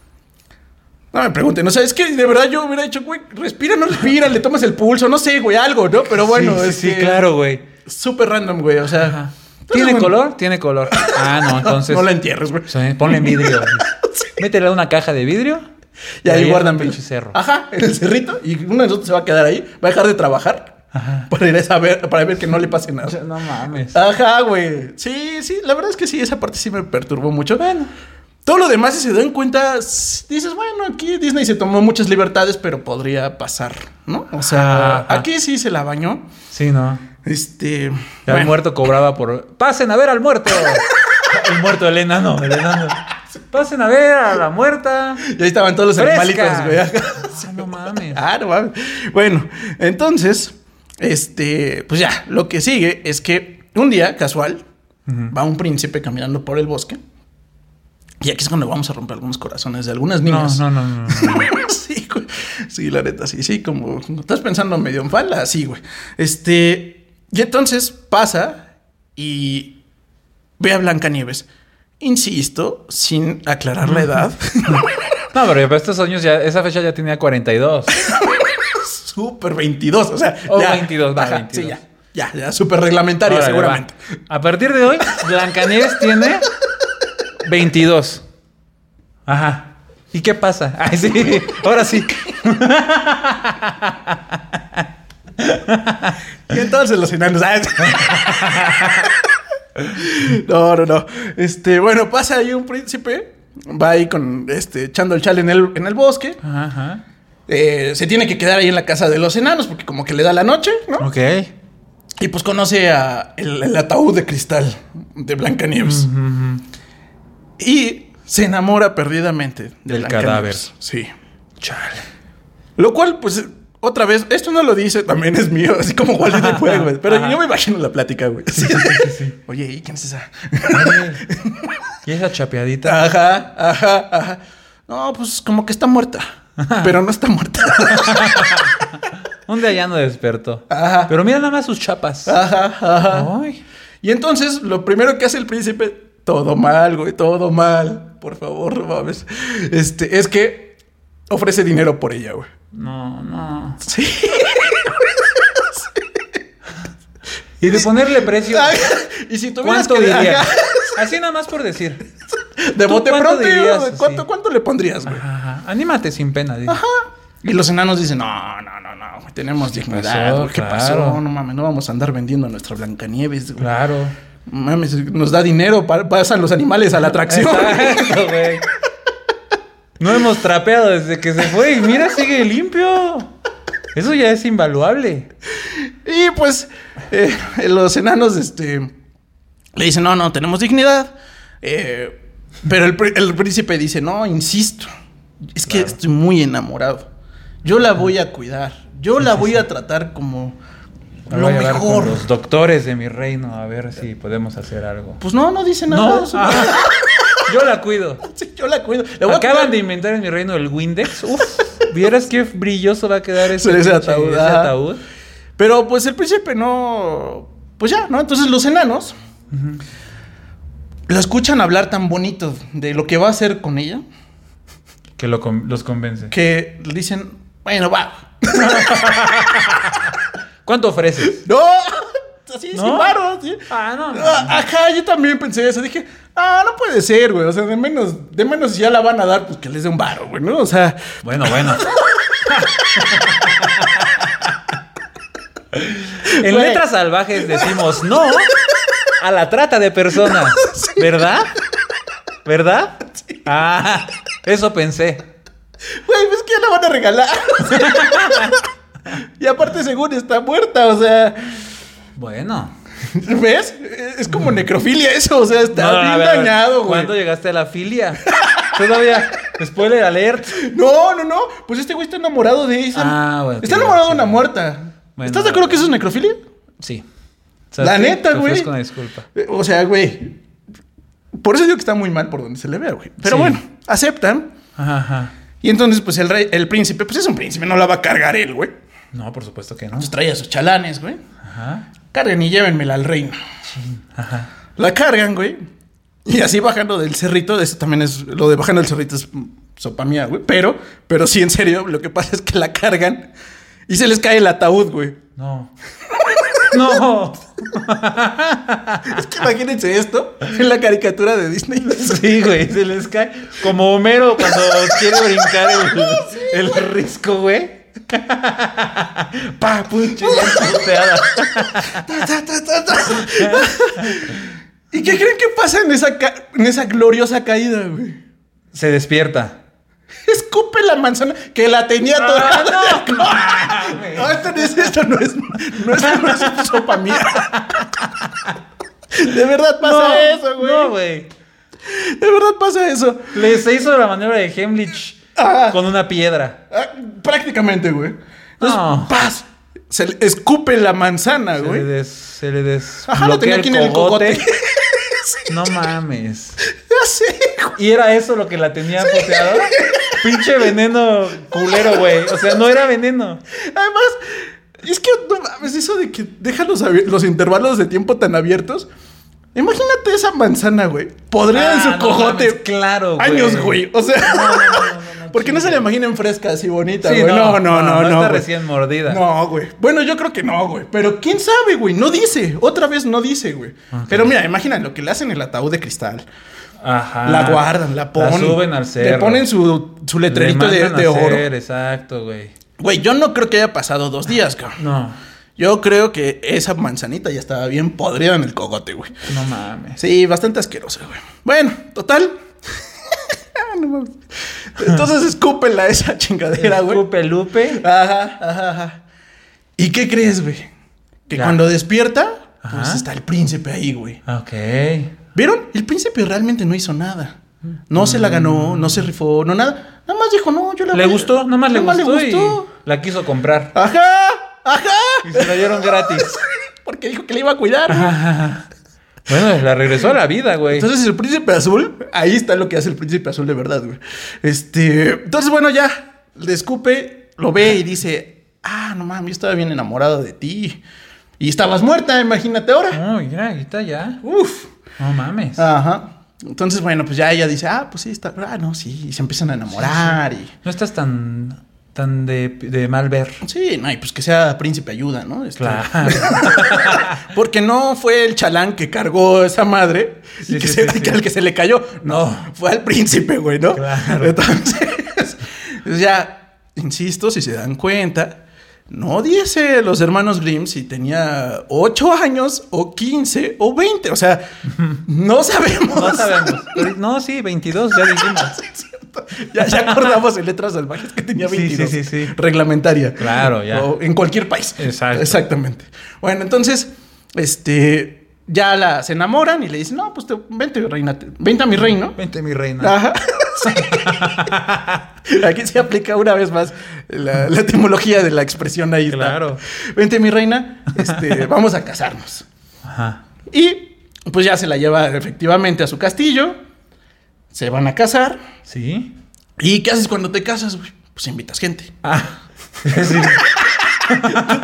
Speaker 1: No me pregunten, o sea, es que de verdad yo hubiera dicho, güey, respira, no respira, le tomas el pulso, no sé, güey, algo, ¿no? Pero bueno,
Speaker 2: sí, sí,
Speaker 1: es
Speaker 2: sí,
Speaker 1: que
Speaker 2: claro, güey.
Speaker 1: Súper random, güey, o sea.
Speaker 2: Ajá.
Speaker 1: entonces,
Speaker 2: ¿Tiene
Speaker 1: bueno,
Speaker 2: color? Tiene color. Ah, no, entonces.
Speaker 1: No la entierres, güey.
Speaker 2: Sí, ponle en vidrio. Métela en una caja de vidrio.
Speaker 1: Y ahí
Speaker 2: en
Speaker 1: guardan
Speaker 2: un
Speaker 1: el
Speaker 2: pinche cerro.
Speaker 1: Ajá, en el cerrito. Y uno de nosotros se va a quedar ahí, va a dejar de trabajar
Speaker 2: Ajá.
Speaker 1: para ir a saber, para ver que no le pase nada.
Speaker 2: No mames.
Speaker 1: Ajá, güey. Sí, sí, la verdad es que sí, esa parte sí me perturbó mucho.
Speaker 2: Bueno.
Speaker 1: Todo lo demás, si se dan cuenta, s- dices, bueno, aquí Disney se tomó muchas libertades, pero podría pasar, ¿no? O sea,
Speaker 2: Ajá, ajá.
Speaker 1: aquí sí se la bañó.
Speaker 2: Sí, no.
Speaker 1: Este.
Speaker 2: Ya
Speaker 1: bueno.
Speaker 2: El muerto cobraba por. ¡Pasen a ver al muerto! el muerto, el enano, el enano. ¡Pasen a ver a la muerta!
Speaker 1: Y ahí estaban todos los
Speaker 2: ¡Fresca!
Speaker 1: animalitos, güey. Ajá.
Speaker 2: Ah, no mames.
Speaker 1: Ah, no mames. Bueno, entonces, este, pues ya, lo que sigue es que un día, casual,
Speaker 2: Ujú.
Speaker 1: va un príncipe caminando por el bosque. Y aquí es cuando vamos a romper algunos corazones de algunas
Speaker 2: No,
Speaker 1: niñas.
Speaker 2: no, no, no. no.
Speaker 1: sí, güey. Sí, la neta, sí, sí, como como estás pensando medio en falda, sí, güey. Este, y entonces pasa y ve a Blancanieves. Insisto, sin aclarar la edad.
Speaker 2: No, pero para estos años ya, esa fecha ya tenía 42.
Speaker 1: Súper 22, o sea,
Speaker 2: O 22, Oh, va,
Speaker 1: Ajá,
Speaker 2: 22.
Speaker 1: Sí, ya, ya, ya, súper reglamentaria
Speaker 2: Órale,
Speaker 1: seguramente.
Speaker 2: va. A partir de hoy, Blancanieves tiene 22. Ajá. ¿Y qué pasa? Ay, sí. Ahora sí.
Speaker 1: Y entonces los enanos. ah, no, no, no. Este, bueno, pasa ahí un príncipe. Va ahí con este, echando el chal en el, en el bosque.
Speaker 2: Ajá, ajá.
Speaker 1: Eh, se tiene que quedar ahí en la casa de los enanos porque como que le da la noche, ¿no?
Speaker 2: Ok.
Speaker 1: Y pues conoce a el, el ataúd de cristal de Blancanieves. Y se enamora perdidamente de
Speaker 2: Del
Speaker 1: Blancanieves.
Speaker 2: cadáver.
Speaker 1: Sí.
Speaker 2: Chale.
Speaker 1: Lo cual, pues, otra vez, esto no lo dice, también es mío, así como Walt Disney fue, güey. Pero
Speaker 2: Ajá.
Speaker 1: yo me imagino la plática, güey. Oye, ¿y quién es esa?
Speaker 2: Oye, Y esa chapeadita.
Speaker 1: Ajá, ajá, ajá. No, pues como que está muerta. Pero no está muerta.
Speaker 2: Un día ya no despertó.
Speaker 1: Ajá.
Speaker 2: Pero mira nada más sus chapas.
Speaker 1: Ajá, ajá.
Speaker 2: Ay.
Speaker 1: Y entonces, lo primero que hace el príncipe, todo mal, güey, todo mal. Por favor, no mames. Este, es que ofrece dinero por ella, güey.
Speaker 2: No, no.
Speaker 1: Sí.
Speaker 2: Y de ponerle precio.
Speaker 1: y si tuvieras
Speaker 2: ¿Cuánto
Speaker 1: que
Speaker 2: dirías?
Speaker 1: ajá,
Speaker 2: Así nada más por decir.
Speaker 1: de
Speaker 2: ¿Tú
Speaker 1: bote
Speaker 2: cuánto
Speaker 1: pronto,
Speaker 2: dirías,
Speaker 1: güey, ¿cuánto,
Speaker 2: sí?
Speaker 1: cuánto le pondrías, güey?
Speaker 2: Ajá. Anímate sin pena. dice.
Speaker 1: Y los enanos dicen, no, no, no, no, güey, tenemos dignidad,
Speaker 2: pasó?
Speaker 1: güey, ¿qué
Speaker 2: Claro.
Speaker 1: pasó? No mames, no vamos a andar vendiendo a nuestra Blancanieves, güey.
Speaker 2: Claro.
Speaker 1: Mames, nos da dinero, pa- pasan los animales a la atracción.
Speaker 2: Exacto, güey. No hemos trapeado desde que se fue y mira, sigue limpio. Eso ya es invaluable.
Speaker 1: Y pues eh, los enanos este, le dicen, no, no, tenemos dignidad. Eh, pero el, pr- el príncipe dice, no, insisto, es que estoy muy enamorado. Yo la voy a cuidar, yo la voy a tratar como
Speaker 2: Me
Speaker 1: lo
Speaker 2: voy a llevar
Speaker 1: mejor.
Speaker 2: Con los doctores de mi reino a ver si podemos hacer algo.
Speaker 1: Pues no, no dice nada.
Speaker 2: No, ah, yo la cuido.
Speaker 1: Sí, yo la cuido. Le voy a
Speaker 2: Acaban
Speaker 1: cuidar.
Speaker 2: de inventar en mi reino el Windex. Uf, vieras qué brilloso va a quedar ese,
Speaker 1: Ese
Speaker 2: pinche-
Speaker 1: ataúd,
Speaker 2: ese
Speaker 1: ajá.
Speaker 2: ataúd.
Speaker 1: Pero pues el príncipe no... Pues ya, ¿no? Entonces los enanos lo escuchan hablar tan bonito de lo que va a hacer con ella.
Speaker 2: Que lo con- los convence.
Speaker 1: que dicen, bueno, va.
Speaker 2: ¿Cuánto ofreces?
Speaker 1: No, así,
Speaker 2: ¿No?
Speaker 1: sin varo, sí.
Speaker 2: Ah, no.
Speaker 1: Ah, Ajá, yo también pensé eso. Dije, ah, no puede ser, güey. O sea, de menos, de menos si ya la van a dar, pues que les dé un varo, güey, ¿no? O sea,
Speaker 2: Bueno, bueno. en
Speaker 1: Güey.
Speaker 2: letras salvajes decimos no a la trata de personas, ¿verdad? ¿Verdad? Ah, eso pensé.
Speaker 1: güey, pues que ya la van a regalar. y aparte, según está muerta, o sea,
Speaker 2: Bueno.
Speaker 1: ¿ves? Es como necrofilia eso, o sea, está
Speaker 2: Mm. No, a
Speaker 1: bien
Speaker 2: ver, a ver,
Speaker 1: dañado, güey.
Speaker 2: ¿Cuándo llegaste a la filia? Todavía. Spoiler alert.
Speaker 1: No, no, no. Pues este güey está enamorado de esa.
Speaker 2: Ah, bueno,
Speaker 1: está
Speaker 2: tiene
Speaker 1: enamorado de
Speaker 2: razón.
Speaker 1: una muerta.
Speaker 2: Bueno.
Speaker 1: ¿Estás de acuerdo que eso es necrofilia?
Speaker 2: Sí. O sea,
Speaker 1: La
Speaker 2: te-
Speaker 1: neta,
Speaker 2: te
Speaker 1: güey.
Speaker 2: ofrezco una disculpa.
Speaker 1: Eh, O sea, güey. Por eso digo que está muy mal por donde se le vea, güey. Pero
Speaker 2: Sí.
Speaker 1: bueno, aceptan.
Speaker 2: Ajá, ajá.
Speaker 1: Y entonces, pues el rey, el príncipe, pues es un príncipe, no la va a cargar él, güey.
Speaker 2: No, por supuesto que no.
Speaker 1: Entonces trae a sus chalanes, güey.
Speaker 2: Ajá.
Speaker 1: Carguen y llévenmela al reino.
Speaker 2: Ajá.
Speaker 1: La cargan, güey. Y así bajando del cerrito, eso también es. Lo de bajando del cerrito es mm, sopa mía, güey. Pero, pero sí, en serio, lo que pasa es que la cargan y se les cae el ataúd, güey.
Speaker 2: No. no.
Speaker 1: Es que imagínense esto en la caricatura de Disney.
Speaker 2: Sí, güey, se les cae. Como Homero cuando quiere brincar el, el risco, güey. pa, punche,
Speaker 1: Ta, ta, ta, ta, ta. ¿Y qué creen que pasa en esa, ca- en esa gloriosa caída, güey?
Speaker 2: Se despierta.
Speaker 1: Escupe la manzana que la tenía
Speaker 2: Ah,
Speaker 1: toda.
Speaker 2: no,
Speaker 1: No, esto no es, esto no es, no, esto no es sopa mía. De verdad pasa eso, güey.
Speaker 2: No, güey.
Speaker 1: De verdad pasa eso.
Speaker 2: Les se hizo la maniobra de Hemlich
Speaker 1: Ah.
Speaker 2: con una piedra.
Speaker 1: Ah, prácticamente, güey. Entonces,
Speaker 2: No.
Speaker 1: paz. Se le escupe la manzana,
Speaker 2: Se
Speaker 1: ¿Ah,
Speaker 2: le,
Speaker 1: güey.
Speaker 2: des, se le des-
Speaker 1: Ajá, lo tenía
Speaker 2: bloquea
Speaker 1: aquí en el cogote.
Speaker 2: No mames.
Speaker 1: Ya sé, güey.
Speaker 2: Y era eso lo que la tenía poteado. Pinche veneno culero, güey. O sea, no era veneno.
Speaker 1: Además, es que no mames, eso de que dejan los, abier- los intervalos de tiempo tan abiertos. Imagínate esa manzana, güey. Podría en
Speaker 2: Ah,
Speaker 1: su
Speaker 2: no
Speaker 1: cojote.
Speaker 2: mames, claro, güey.
Speaker 1: Años, güey. O sea.
Speaker 2: No, no, no, no, no,
Speaker 1: porque no se
Speaker 2: chingue.
Speaker 1: la imaginen fresca, así bonita,
Speaker 2: Sí,
Speaker 1: güey. No, no, no, no.
Speaker 2: está
Speaker 1: güey.
Speaker 2: recién mordida.
Speaker 1: No, güey. Bueno, yo creo que no, güey. Pero quién sabe, güey. No dice. Otra vez no dice, güey. Pero mira, imagina lo que le hacen en el ataúd de cristal.
Speaker 2: Ajá.
Speaker 1: la guardan, la ponen.
Speaker 2: Ah, suben al cerro.
Speaker 1: Le ponen su, su
Speaker 2: Le
Speaker 1: letrerito de,
Speaker 2: mandan a
Speaker 1: de oro.
Speaker 2: hacer, Exacto, güey.
Speaker 1: Güey, yo no creo que haya pasado dos días, cabrón.
Speaker 2: No,
Speaker 1: Yo creo que esa manzanita ya estaba bien podrida en el cogote, güey.
Speaker 2: no mames.
Speaker 1: Sí, bastante asquerosa, güey. Bueno, total. Ah, no mames. Entonces escúpela esa chingadera, güey.
Speaker 2: Lupe Lupe.
Speaker 1: Ajá, ajá, ajá. ¿Y qué crees, güey? Que
Speaker 2: Ya.
Speaker 1: cuando despierta, pues
Speaker 2: Ajá.
Speaker 1: está el príncipe ahí, güey.
Speaker 2: Ok.
Speaker 1: ¿Vieron? El príncipe realmente no hizo nada. No se la ganó, no se rifó, no nada. Nada más dijo, no, yo la
Speaker 2: Le
Speaker 1: voy a-
Speaker 2: gustó, nada más le
Speaker 1: Nada
Speaker 2: gustó, y la quiso comprar.
Speaker 1: Ajá, ajá.
Speaker 2: Y se la dieron gratis.
Speaker 1: Porque dijo que le iba a cuidar.
Speaker 2: Ajá. bueno, la regresó a la vida, güey.
Speaker 1: Entonces el príncipe azul, ahí está lo que hace el príncipe azul de verdad, güey. Este, entonces bueno, ya, le escupe, lo ve y dice, ah, no mames, yo estaba bien enamorado de ti. Y estabas muerta, imagínate ahora.
Speaker 2: Uy, mira, ahí está ya.
Speaker 1: Uf.
Speaker 2: No mames.
Speaker 1: Ah. Ajá. Entonces, bueno, pues ya ella dice, ah, pues sí, está, ah, no, sí, y se empiezan a enamorar
Speaker 2: No estás tan, tan de, de mal ver.
Speaker 1: y... Sí, no, y pues que sea príncipe ayuda, ¿no? Este,
Speaker 2: Claro.
Speaker 1: Porque no fue el chalán que cargó esa madre y
Speaker 2: Sí,
Speaker 1: que
Speaker 2: sí,
Speaker 1: se-
Speaker 2: sí, sí.
Speaker 1: que al que se le cayó. No,
Speaker 2: No.
Speaker 1: fue al príncipe, güey, ¿no?
Speaker 2: Claro.
Speaker 1: Entonces, ya, insisto, si se dan cuenta, no dice los hermanos Grimm si tenía 8 años o 15 o 20. O sea, no sabemos.
Speaker 2: No sabemos. Pero- no, sí, 22, ya dijimos.
Speaker 1: Sí, es cierto. Ya, ya acordamos en letras salvajes que tenía
Speaker 2: Sí,
Speaker 1: 22.
Speaker 2: sí, sí, sí.
Speaker 1: Reglamentaria.
Speaker 2: Claro, ya.
Speaker 1: O en cualquier país.
Speaker 2: Exacto.
Speaker 1: Exactamente. Bueno, entonces, este, ya la, se enamoran y le dicen, no, pues te, vente, reina, te- vente a mi reino.
Speaker 2: Vente, mi reina.
Speaker 1: Ajá. Sí. Aquí se aplica una vez más la, la etimología de la expresión ahí. está.
Speaker 2: Claro.
Speaker 1: Vente, mi reina, este, vamos a casarnos.
Speaker 2: Ajá.
Speaker 1: Y pues ya se la lleva efectivamente a su castillo. Se van a casar.
Speaker 2: ¿Sí?
Speaker 1: ¿Y qué haces cuando te casas, güey? Pues invitas gente.
Speaker 2: Ah. Es decir,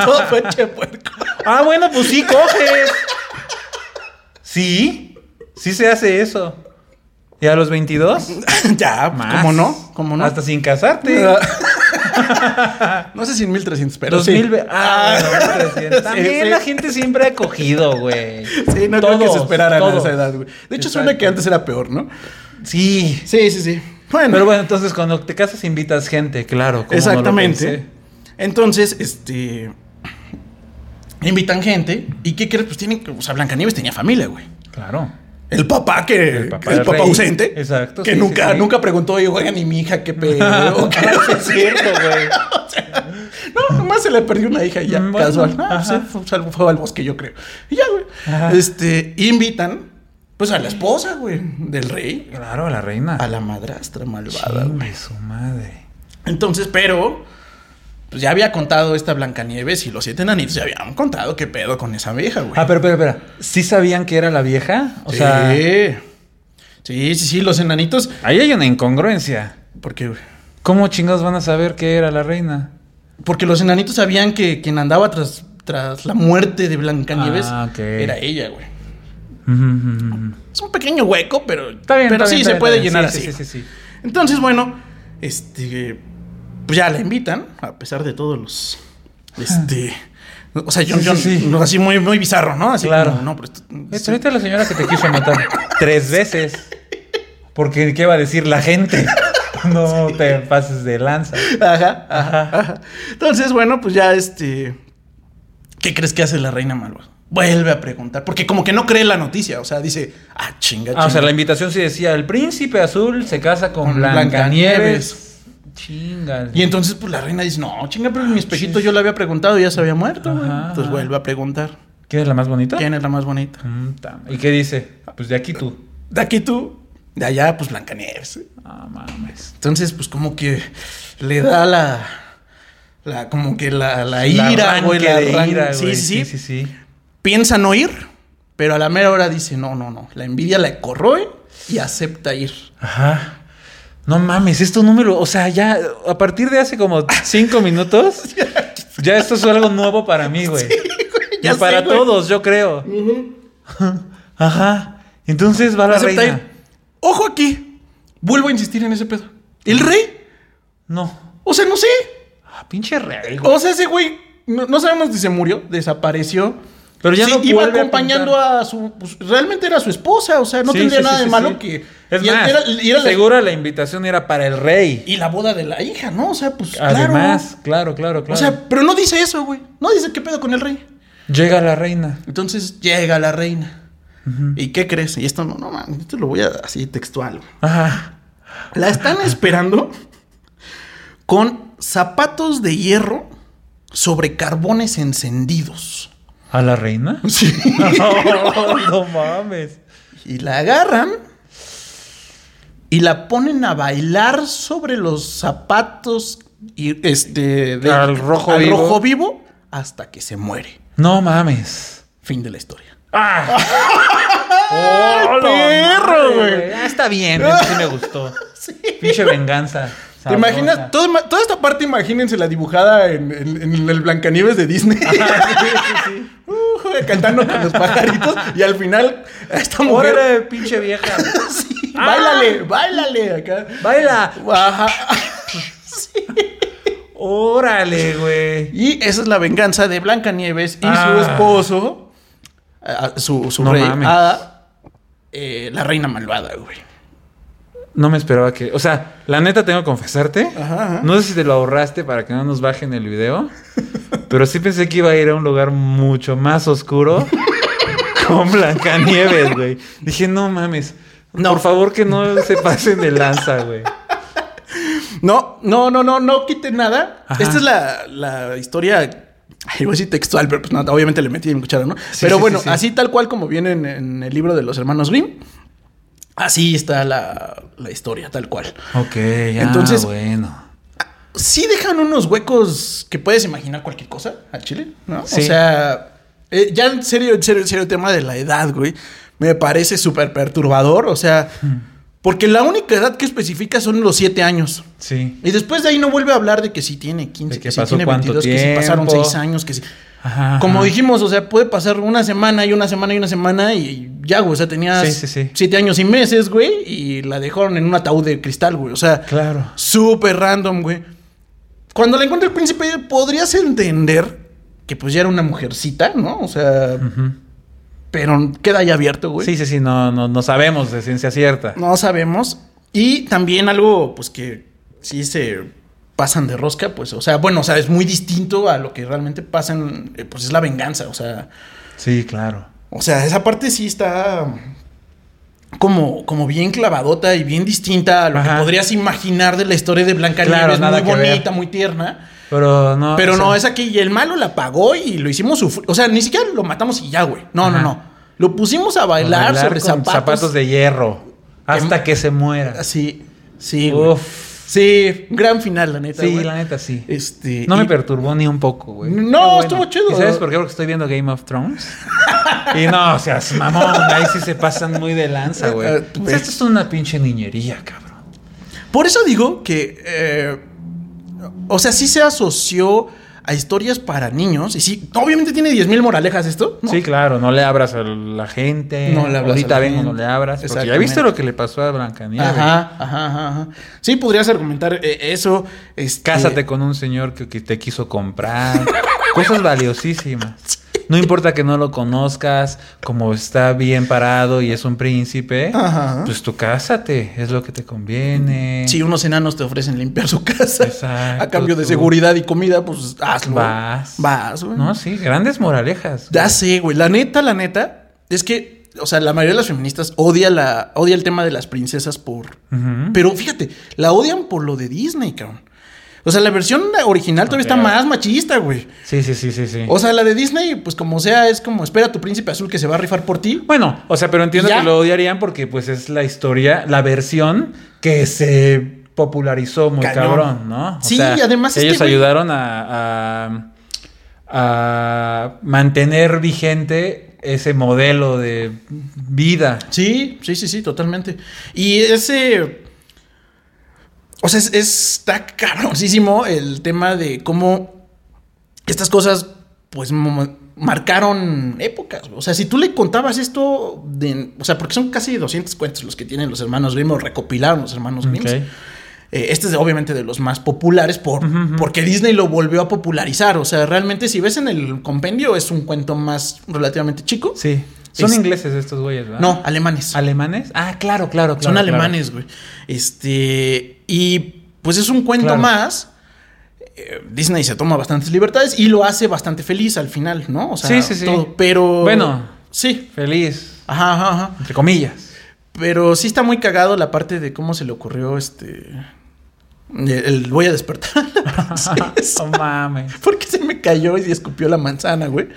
Speaker 1: Todo fue che puerco.
Speaker 2: ah, bueno, pues sí, coges. Sí, sí se hace eso. ¿Y a los 22?
Speaker 1: ya, pues,
Speaker 2: Más.
Speaker 1: ¿cómo no? ¿Cómo no?
Speaker 2: Hasta sin casarte.
Speaker 1: no sé si en 1300, pero
Speaker 2: 2000.
Speaker 1: sí.
Speaker 2: ve- Ah, bueno, 1300.
Speaker 1: Sí,
Speaker 2: También
Speaker 1: sí.
Speaker 2: la gente siempre ha cogido, güey.
Speaker 1: Sí, no creo que se
Speaker 2: Todos,
Speaker 1: esperaran a
Speaker 2: todos.
Speaker 1: esa edad, güey. De hecho, suena
Speaker 2: Exacto.
Speaker 1: que antes era peor, ¿no?
Speaker 2: Sí.
Speaker 1: Sí, sí, sí. Bueno,
Speaker 2: Pero bueno, entonces cuando te casas invitas gente, claro. ¿cómo no lo
Speaker 1: exactamente.
Speaker 2: pensé?
Speaker 1: Entonces, este. Invitan gente. ¿Y qué crees? Pues tienen. que- O sea, Blancanieves tenía familia, güey.
Speaker 2: Claro.
Speaker 1: El papá que. El papá,
Speaker 2: papá del rey.
Speaker 1: ausente.
Speaker 2: Exacto,
Speaker 1: Que
Speaker 2: sí, sí,
Speaker 1: nunca,
Speaker 2: sí.
Speaker 1: nunca preguntó, oye, oigan, y mi hija, qué pedo. ¿O qué?
Speaker 2: es cierto, güey.
Speaker 1: No, nomás se le perdió una hija y ya,
Speaker 2: Mm, bueno,
Speaker 1: casual. Ah, pues,
Speaker 2: ajá.
Speaker 1: eh, fue, sal- fue al bosque, yo creo. Y ya, güey.
Speaker 2: Ajá.
Speaker 1: Este, invitan, pues, a la esposa, güey, del rey.
Speaker 2: Claro, a la reina.
Speaker 1: A la madrastra malvada, güey.
Speaker 2: Chingue su madre.
Speaker 1: Entonces, pero... pues, pues ya había contado esta Blancanieves y los siete enanitos ya habían contado qué pedo con esa vieja, güey.
Speaker 2: Ah, pero, pero, pero. ¿Sí sabían que era la vieja? O
Speaker 1: sí.
Speaker 2: sea,
Speaker 1: Sí, sí, sí, los enanitos.
Speaker 2: ahí hay una incongruencia.
Speaker 1: ¿Por qué, güey?
Speaker 2: ¿Cómo chingados van a saber que era la reina?
Speaker 1: Porque los enanitos sabían que quien andaba tras, tras la muerte de Blancanieves
Speaker 2: Ah, ok.
Speaker 1: era ella, güey.
Speaker 2: Ujú, ujú, ujú.
Speaker 1: Es un pequeño hueco, pero,
Speaker 2: Está bien,
Speaker 1: pero
Speaker 2: está
Speaker 1: sí
Speaker 2: bien,
Speaker 1: se
Speaker 2: está bien,
Speaker 1: puede
Speaker 2: está bien.
Speaker 1: llenar
Speaker 2: Sí,
Speaker 1: así.
Speaker 2: Sí, sí, sí.
Speaker 1: Entonces, bueno, este. Pues ya la invitan, a pesar de todos los. Este. O sea, John
Speaker 2: Sí,
Speaker 1: John,
Speaker 2: sí, sí.
Speaker 1: no, así muy, muy bizarro, ¿no? Así
Speaker 2: Claro.
Speaker 1: como, no, pero esto-
Speaker 2: Eh,
Speaker 1: esto-
Speaker 2: tráete a la señora que te quiso matar tres veces. Porque, ¿qué va a decir la gente? No te pases de lanza.
Speaker 1: Ajá, ajá, ajá. Entonces, bueno, pues ya este. ¿Qué crees que hace la reina malvada? Vuelve a preguntar, porque como que no cree la noticia, o sea, dice, ah, chinga, chinga.
Speaker 2: Ah, o sea, la invitación sí decía, el príncipe azul se casa con,
Speaker 1: Con
Speaker 2: Blancanieves. Chinga.
Speaker 1: Y entonces, pues la reina dice, no, chinga, pero mi espejito yo le había preguntado y ya se había muerto, güey.
Speaker 2: Ah, Ajá,
Speaker 1: Entonces
Speaker 2: ajá.
Speaker 1: vuelve a preguntar,
Speaker 2: ¿Quién es la más bonita?
Speaker 1: ¿quién es la más bonita?
Speaker 2: Puta, ¿Y qué dice? Pues de aquí tú.
Speaker 1: De aquí tú, de allá, pues Blancanieves.
Speaker 2: Ah, mames.
Speaker 1: Entonces, pues como que le da la. la como que la, la
Speaker 2: El
Speaker 1: ira,
Speaker 2: arranque
Speaker 1: güey. la
Speaker 2: de
Speaker 1: arran-
Speaker 2: ira,
Speaker 1: sí,
Speaker 2: güey.
Speaker 1: sí, sí.
Speaker 2: sí, sí.
Speaker 1: Piensa no ir, pero a la mera hora dice: no, no, no. La envidia la corroe y acepta ir.
Speaker 2: Ajá. No mames, esto no me lo... O sea, ya a partir de hace como cinco minutos, ya esto es algo nuevo para mí, güey.
Speaker 1: Ya
Speaker 2: y para
Speaker 1: sé, güey.
Speaker 2: todos, yo creo. Ajá. Entonces va la
Speaker 1: Acepta
Speaker 2: reina.
Speaker 1: ir. Ojo aquí. Vuelvo a insistir en ese pedo. El rey.
Speaker 2: No.
Speaker 1: O sea, no sé.
Speaker 2: Ah, pinche rey, güey.
Speaker 1: O sea, ese güey. No, no sabemos si se murió, desapareció.
Speaker 2: Pero ya
Speaker 1: Sí,
Speaker 2: no
Speaker 1: iba
Speaker 2: vuelve a
Speaker 1: acompañando a, su. pues, realmente era su esposa, o sea, no
Speaker 2: Sí,
Speaker 1: tendría
Speaker 2: sí,
Speaker 1: nada
Speaker 2: sí,
Speaker 1: de
Speaker 2: sí,
Speaker 1: malo
Speaker 2: sí.
Speaker 1: que.
Speaker 2: Es
Speaker 1: y
Speaker 2: más,
Speaker 1: era- y era la-
Speaker 2: segura la invitación era para el rey.
Speaker 1: Y la boda de la hija, ¿no? O sea, pues
Speaker 2: Además,
Speaker 1: claro.
Speaker 2: claro, claro, claro.
Speaker 1: O sea, pero no dice eso, güey. No dice qué pedo con el rey.
Speaker 2: llega la reina.
Speaker 1: Entonces llega la reina.
Speaker 2: Ujú.
Speaker 1: ¿Y qué crees? Y esto no, no, man, esto lo voy a así textual. güey.
Speaker 2: Ajá.
Speaker 1: La están esperando con zapatos de hierro sobre carbones encendidos.
Speaker 2: ¿A la reina?
Speaker 1: Sí.
Speaker 2: no, no mames.
Speaker 1: Y la agarran y la ponen a bailar sobre los zapatos y este de-
Speaker 2: Al rojo
Speaker 1: al
Speaker 2: vivo.
Speaker 1: rojo vivo hasta que se muere.
Speaker 2: No mames.
Speaker 1: Fin de la historia.
Speaker 2: ¡Ah!
Speaker 1: ¡Ay,
Speaker 2: ¡Oh,
Speaker 1: perro, güey!
Speaker 2: Ah, está bien, eso sí me gustó. Pinche venganza.
Speaker 1: ¿Te imaginas? Todo ma- toda esta parte, imagínense la dibujada en, en- en el Blancanieves de Disney. Uh, cantando con los pajaritos. Y al final, esta mujer.
Speaker 2: ¡Órale, pinche vieja!
Speaker 1: Sí,
Speaker 2: Ah.
Speaker 1: Báilale, báilale acá.
Speaker 2: ¡Baila!
Speaker 1: Ajá.
Speaker 2: ¡Órale, güey!
Speaker 1: Y esa es la venganza de Blancanieves y
Speaker 2: Ah.
Speaker 1: su esposo, a- a- su, su
Speaker 2: No
Speaker 1: rey,
Speaker 2: mames.
Speaker 1: a eh, la reina malvada, güey.
Speaker 2: No me esperaba que... O sea, la neta tengo que confesarte.
Speaker 1: Ajá, ajá.
Speaker 2: No sé si te lo ahorraste para que no nos bajen el video. Pero sí pensé que iba a ir a un lugar mucho más oscuro. con Blancanieves, güey. Dije, no mames.
Speaker 1: No.
Speaker 2: Por favor que no se pasen de lanza, güey.
Speaker 1: No, no, no, no, no quite nada.
Speaker 2: Ajá.
Speaker 1: Esta es la, la historia. ay, Iba a decir textual, pero pues no, obviamente le metí en cuchara, ¿no?
Speaker 2: Sí,
Speaker 1: pero
Speaker 2: sí,
Speaker 1: bueno,
Speaker 2: sí, sí.
Speaker 1: así tal cual como viene en, en el libro de los hermanos Grimm, así está la, la historia, tal cual.
Speaker 2: Ok, ya,
Speaker 1: Entonces-
Speaker 2: bueno.
Speaker 1: Sí dejan unos huecos que puedes imaginar cualquier cosa al chile, ¿no?
Speaker 2: Sí.
Speaker 1: O sea, eh, ya en serio, en serio, en serio, el tema de la edad, güey, me parece súper perturbador. O sea,
Speaker 2: Mm.
Speaker 1: porque la única edad que especifica son los siete años.
Speaker 2: Sí.
Speaker 1: Y después de ahí no vuelve a hablar de que si tiene 15,
Speaker 2: De que
Speaker 1: que, si
Speaker 2: pasó
Speaker 1: tiene
Speaker 2: cuánto
Speaker 1: 22, que si pasaron
Speaker 2: tiempo.
Speaker 1: 6 años, que si...
Speaker 2: Ajá,
Speaker 1: Como
Speaker 2: ajá.
Speaker 1: dijimos, o sea, puede pasar una semana y una semana y una semana y ya, güey. O sea, tenías
Speaker 2: Sí, sí, sí.
Speaker 1: 7 años y meses, güey, y la dejaron en un ataúd de cristal, güey. O sea,
Speaker 2: Claro.
Speaker 1: súper random, güey. Cuando la encuentra el príncipe, podrías entender que pues ya era una mujercita, ¿no? O sea,
Speaker 2: Ujú.
Speaker 1: pero queda ahí abierto, güey.
Speaker 2: Sí, sí, sí, no, no, no sabemos de ciencia cierta.
Speaker 1: No sabemos. Y también algo, pues que sí se pasan de rosca, pues, o sea, bueno, o sea, es muy distinto a lo que realmente pasa en, eh, pues es la venganza, o sea,
Speaker 2: Sí, claro.
Speaker 1: o sea, esa parte sí está como, como bien clavadota y bien distinta a lo
Speaker 2: Ajá.
Speaker 1: que podrías imaginar de la historia de Blanca
Speaker 2: Claro, nada
Speaker 1: muy
Speaker 2: que ver.
Speaker 1: bonita, muy tierna,
Speaker 2: Pero no.
Speaker 1: pero
Speaker 2: o sea,
Speaker 1: no, es aquí, y el malo la pagó y lo hicimos sufrir, o sea, ni siquiera lo matamos y ya, güey, no,
Speaker 2: Ajá.
Speaker 1: no, no, lo pusimos a bailar, sobre
Speaker 2: con zapatos.
Speaker 1: zapatos,
Speaker 2: de hierro hasta que se muera.
Speaker 1: Ah, Sí, sí, güey.
Speaker 2: Uf.
Speaker 1: Sí, gran final, la neta.
Speaker 2: Sí,
Speaker 1: güey.
Speaker 2: la neta, sí.
Speaker 1: Este,
Speaker 2: No me
Speaker 1: y-
Speaker 2: perturbó ni un poco, güey.
Speaker 1: No,
Speaker 2: Pero
Speaker 1: estuvo chido.
Speaker 2: ¿Y sabes por qué? Porque estoy viendo Game of Thrones. y no, o sea, es mamón, ahí sí se pasan muy de lanza, güey.
Speaker 1: Eh,
Speaker 2: O sea, esto es una pinche niñería, cabrón.
Speaker 1: Por eso digo que. eh, o sea, sí se asoció a historias para niños. Y sí, obviamente tiene 10.000 moralejas esto. ¿no?
Speaker 2: Sí, claro, no le abras a la gente.
Speaker 1: No le abras
Speaker 2: Ahorita
Speaker 1: a la
Speaker 2: vengo,
Speaker 1: gente.
Speaker 2: no le abras. Porque ya
Speaker 1: Exactamente.
Speaker 2: viste lo que le pasó a Blancanieves.
Speaker 1: Ajá, ajá, ajá, ajá. Sí, podrías argumentar eh, eso. este-
Speaker 2: Cásate con un señor que, que te quiso comprar. Cosas valiosísimas. No importa que no lo conozcas, como está bien parado y es un príncipe,
Speaker 1: Ajá.
Speaker 2: pues tú cásate, es lo que te conviene.
Speaker 1: Si unos enanos te ofrecen limpiar su casa
Speaker 2: Exacto,
Speaker 1: a cambio de
Speaker 2: tú.
Speaker 1: seguridad y comida, pues hazlo.
Speaker 2: Vas.
Speaker 1: Vas, güey.
Speaker 2: No, sí, grandes moralejas.
Speaker 1: Ya
Speaker 2: güey.
Speaker 1: sé, güey. La neta, la neta, es que, o sea, la mayoría de las feministas odia, la, odia el tema de las princesas por.
Speaker 2: Ujú.
Speaker 1: Pero fíjate, la odian por lo de Disney, cabrón. O sea, la versión original todavía
Speaker 2: Ok.
Speaker 1: está más machista, güey.
Speaker 2: Sí, sí, sí, sí, sí.
Speaker 1: O sea, la de Disney, pues como sea, es como espera a tu príncipe azul que se va a rifar por ti.
Speaker 2: Bueno, o sea, pero entiendo
Speaker 1: Ya.
Speaker 2: que lo odiarían porque pues es la historia, la versión que se popularizó muy
Speaker 1: Cañón.
Speaker 2: cabrón, ¿no? O
Speaker 1: Sí,
Speaker 2: sea,
Speaker 1: y además este
Speaker 2: ellos
Speaker 1: güey-
Speaker 2: ayudaron a, a- a mantener vigente ese modelo de vida.
Speaker 1: Sí, sí, sí, sí, totalmente. Y ese. O sea, es, es- está cabroncísimo el tema de cómo estas cosas, pues, mo- marcaron épocas. O sea, si tú le contabas esto, de, o sea, porque son casi 200 cuentos los que tienen los hermanos Grimm o recopilaron los hermanos Grimm.
Speaker 2: Ok.
Speaker 1: Eh, este es de- obviamente de los más populares por,
Speaker 2: Ujú, ujú.
Speaker 1: porque Disney lo volvió a popularizar. O sea, realmente si ves en el compendio es un cuento más relativamente chico.
Speaker 2: Sí. Son
Speaker 1: Es-
Speaker 2: ingleses estos güeyes, ¿verdad?
Speaker 1: No, alemanes.
Speaker 2: ¿Alemanes? Ah, claro, claro, claro.
Speaker 1: Son
Speaker 2: claro.
Speaker 1: alemanes, güey. Este. Y pues es un cuento
Speaker 2: Claro.
Speaker 1: más. Eh, Disney se toma bastantes libertades y lo hace bastante feliz al final, ¿no? O sea,
Speaker 2: Sí, sí, sí.
Speaker 1: todo. Pero.
Speaker 2: Bueno.
Speaker 1: Sí.
Speaker 2: Feliz,
Speaker 1: Ajá, ajá, ajá.
Speaker 2: entre comillas.
Speaker 1: Pero sí está muy cagado la parte de cómo se le ocurrió este. El, el voy a despertar.
Speaker 2: No mames.
Speaker 1: Porque se me cayó y escupió la manzana, güey.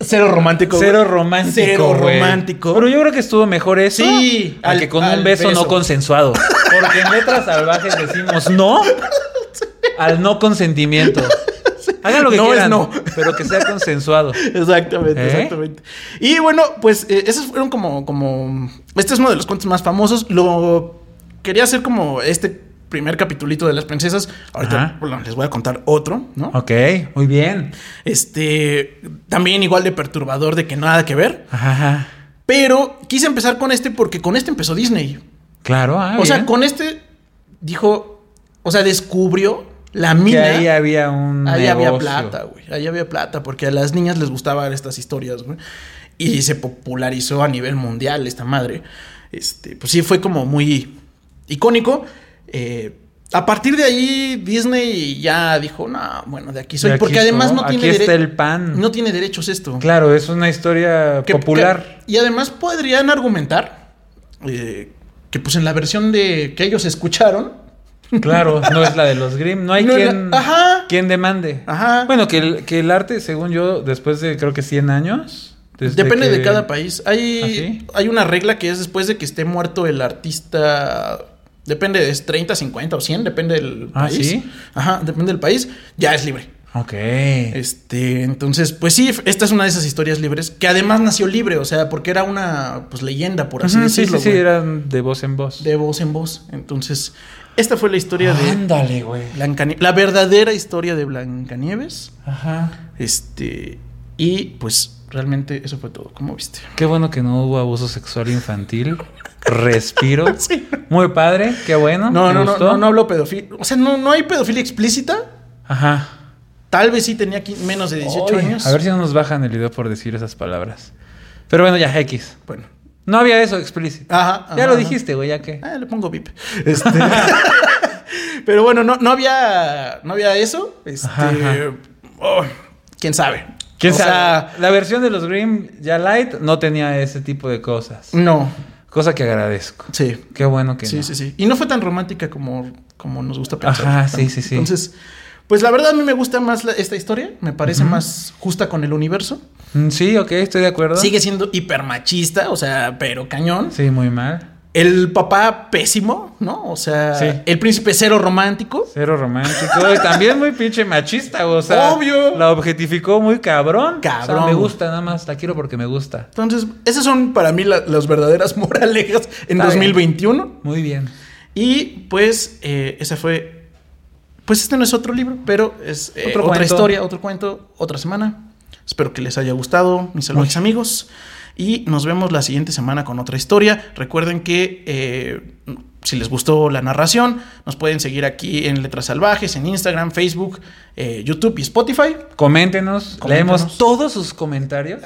Speaker 1: Cero romántico. güey.
Speaker 2: Cero romántico.
Speaker 1: Cero
Speaker 2: güey.
Speaker 1: romántico.
Speaker 2: Pero yo creo que estuvo mejor eso.
Speaker 1: Sí,
Speaker 2: a
Speaker 1: al-
Speaker 2: que con
Speaker 1: al
Speaker 2: un beso, no
Speaker 1: beso.
Speaker 2: consensuado. Porque en letras salvajes decimos no al no consentimiento. Hagan lo que
Speaker 1: No es
Speaker 2: quieran,
Speaker 1: no.
Speaker 2: pero que sea consensuado.
Speaker 1: Exactamente,
Speaker 2: ¿Eh?
Speaker 1: exactamente. Y bueno, pues eh, esos fueron como, como. Este es uno de los cuentos más famosos. Lo quería hacer como este primer capitulito de las princesas. Ahorita
Speaker 2: Ajá.
Speaker 1: bueno, les voy a contar otro, ¿no?
Speaker 2: Ok, muy bien.
Speaker 1: Este también igual de perturbador de que nada que ver.
Speaker 2: Ajá,
Speaker 1: Pero quise empezar con este porque con este empezó Disney.
Speaker 2: Claro, ah,
Speaker 1: o sea,
Speaker 2: bien.
Speaker 1: con este dijo, o sea, descubrió la
Speaker 2: que
Speaker 1: mina.
Speaker 2: ahí había un
Speaker 1: Ahí había
Speaker 2: negocio.
Speaker 1: plata, güey. Ahí había plata, porque a las niñas les gustaban estas historias, güey. Y se popularizó a nivel mundial esta madre. Este, pues sí, fue como muy icónico. Eh, a partir de ahí, Disney ya dijo, no, bueno, de aquí soy.
Speaker 2: De aquí
Speaker 1: porque además
Speaker 2: soy.
Speaker 1: no tiene
Speaker 2: Aquí está
Speaker 1: dere-
Speaker 2: el pan.
Speaker 1: No tiene derechos esto.
Speaker 2: Claro, es una historia
Speaker 1: Que-
Speaker 2: popular.
Speaker 1: que- y además podrían argumentar eh, que pues en la versión de que ellos escucharon,
Speaker 2: Claro, no es la de los Grimm. No hay
Speaker 1: No es la-
Speaker 2: quien,
Speaker 1: Ajá.
Speaker 2: quien demande.
Speaker 1: Ajá.
Speaker 2: Bueno, que el, que el arte, según yo, después de creo que 100 años. desde
Speaker 1: Depende
Speaker 2: que-
Speaker 1: de cada país. Hay,
Speaker 2: ¿Ah, sí?
Speaker 1: hay una regla que es después de que esté muerto el artista. Depende, es 30, 50 o 100, depende del
Speaker 2: Ah,
Speaker 1: país.
Speaker 2: ¿sí?
Speaker 1: Ajá, depende del país. Ya es libre.
Speaker 2: Ok. Eh.
Speaker 1: Este, entonces, pues sí, esta es una de esas historias libres que además nació libre, o sea, porque era una pues leyenda, por así
Speaker 2: Ujú, sí,
Speaker 1: decirlo.
Speaker 2: sí, sí,
Speaker 1: güey,
Speaker 2: eran de voz en voz.
Speaker 1: De voz en voz. Entonces, esta fue la historia de
Speaker 2: Ándale, güey.
Speaker 1: Blancanie- la verdadera historia de Blancanieves.
Speaker 2: Ajá.
Speaker 1: Este, y pues realmente eso fue todo, como viste.
Speaker 2: Qué bueno que no hubo abuso sexual infantil. Respiro.
Speaker 1: Sí.
Speaker 2: Muy padre, qué bueno.
Speaker 1: No,
Speaker 2: me
Speaker 1: no, no,
Speaker 2: gustó.
Speaker 1: no, no hablo pedofilia. O sea, no, no hay pedofilia explícita.
Speaker 2: Ajá.
Speaker 1: Tal vez sí tenía qui- menos de 18
Speaker 2: Ay,
Speaker 1: años.
Speaker 2: A ver si no nos bajan el video por decir esas palabras. Pero bueno, ya, X.
Speaker 1: Bueno.
Speaker 2: No había eso explícito.
Speaker 1: Ajá.
Speaker 2: ya
Speaker 1: ajá,
Speaker 2: lo
Speaker 1: ajá.
Speaker 2: dijiste, güey, ya que.
Speaker 1: Ah, le pongo VIP. Este. Pero bueno, no, no había. No había eso. Este.
Speaker 2: Ajá, ajá.
Speaker 1: oh, Quién sabe.
Speaker 2: ¿Quién
Speaker 1: O
Speaker 2: sabe?
Speaker 1: sea,
Speaker 2: la versión de los Grimm ya light no tenía ese tipo de cosas.
Speaker 1: no.
Speaker 2: Cosa que agradezco.
Speaker 1: Sí.
Speaker 2: Qué bueno que
Speaker 1: Sí,
Speaker 2: no.
Speaker 1: sí, sí. Y no fue tan romántica como, como nos gusta pensar.
Speaker 2: Ajá, sí, sí, sí.
Speaker 1: Entonces, pues la verdad a mí me gusta más la- esta historia. Me parece más justa con el universo.
Speaker 2: Mm, Sí, ok, estoy de acuerdo.
Speaker 1: Sigue siendo hipermachista, o sea, pero cañón.
Speaker 2: Sí, muy mal.
Speaker 1: El papá pésimo, ¿no? O sea,
Speaker 2: Sí.
Speaker 1: el príncipe cero romántico.
Speaker 2: Cero romántico. Y también muy pinche machista, o sea.
Speaker 1: Obvio.
Speaker 2: La objetificó muy cabrón.
Speaker 1: Cabrón.
Speaker 2: O sea, me gusta nada más. La quiero porque me gusta.
Speaker 1: Entonces, esas son para mí la- las verdaderas moralejas en
Speaker 2: Está bien.
Speaker 1: 2021.
Speaker 2: Muy bien.
Speaker 1: Y pues, eh, esa fue. Pues este no es otro libro, pero es eh,
Speaker 2: Otro
Speaker 1: otra
Speaker 2: cuento.
Speaker 1: historia, otro cuento, otra semana. Espero que les haya gustado, mis salvajes amigos. Y nos vemos la siguiente semana con otra historia. Recuerden que eh, si les gustó la narración, nos pueden seguir aquí en Letras Salvajes, en Instagram, Facebook, eh, YouTube y Spotify.
Speaker 2: Coméntenos,
Speaker 1: Coméntenos.
Speaker 2: Leemos todos sus comentarios.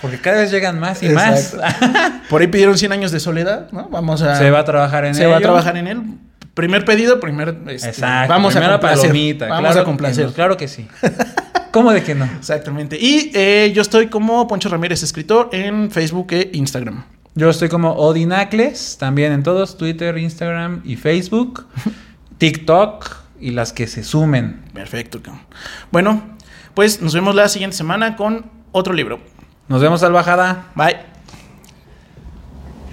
Speaker 2: Porque cada vez llegan más y más.
Speaker 1: Por ahí pidieron 100 años de soledad, ¿no? Vamos a.
Speaker 2: Se va a trabajar en
Speaker 1: se
Speaker 2: ello.
Speaker 1: va a trabajar en él. Primer pedido, primer. este,
Speaker 2: Exacto.
Speaker 1: Vamos a
Speaker 2: Primera
Speaker 1: complacer.
Speaker 2: palomita,
Speaker 1: vamos
Speaker 2: claro
Speaker 1: a complacer.
Speaker 2: que- Claro que sí. ¿Cómo de que no?
Speaker 1: Exactamente. Y eh, yo estoy como Poncho Ramírez, escritor, en Facebook e Instagram.
Speaker 2: Yo estoy como Odinacles, también en todos, Twitter, Instagram y Facebook, TikTok y las que se sumen.
Speaker 1: Perfecto. cabrón. Bueno, pues nos vemos la siguiente semana con otro libro.
Speaker 2: Nos vemos al bajada.
Speaker 1: Bye.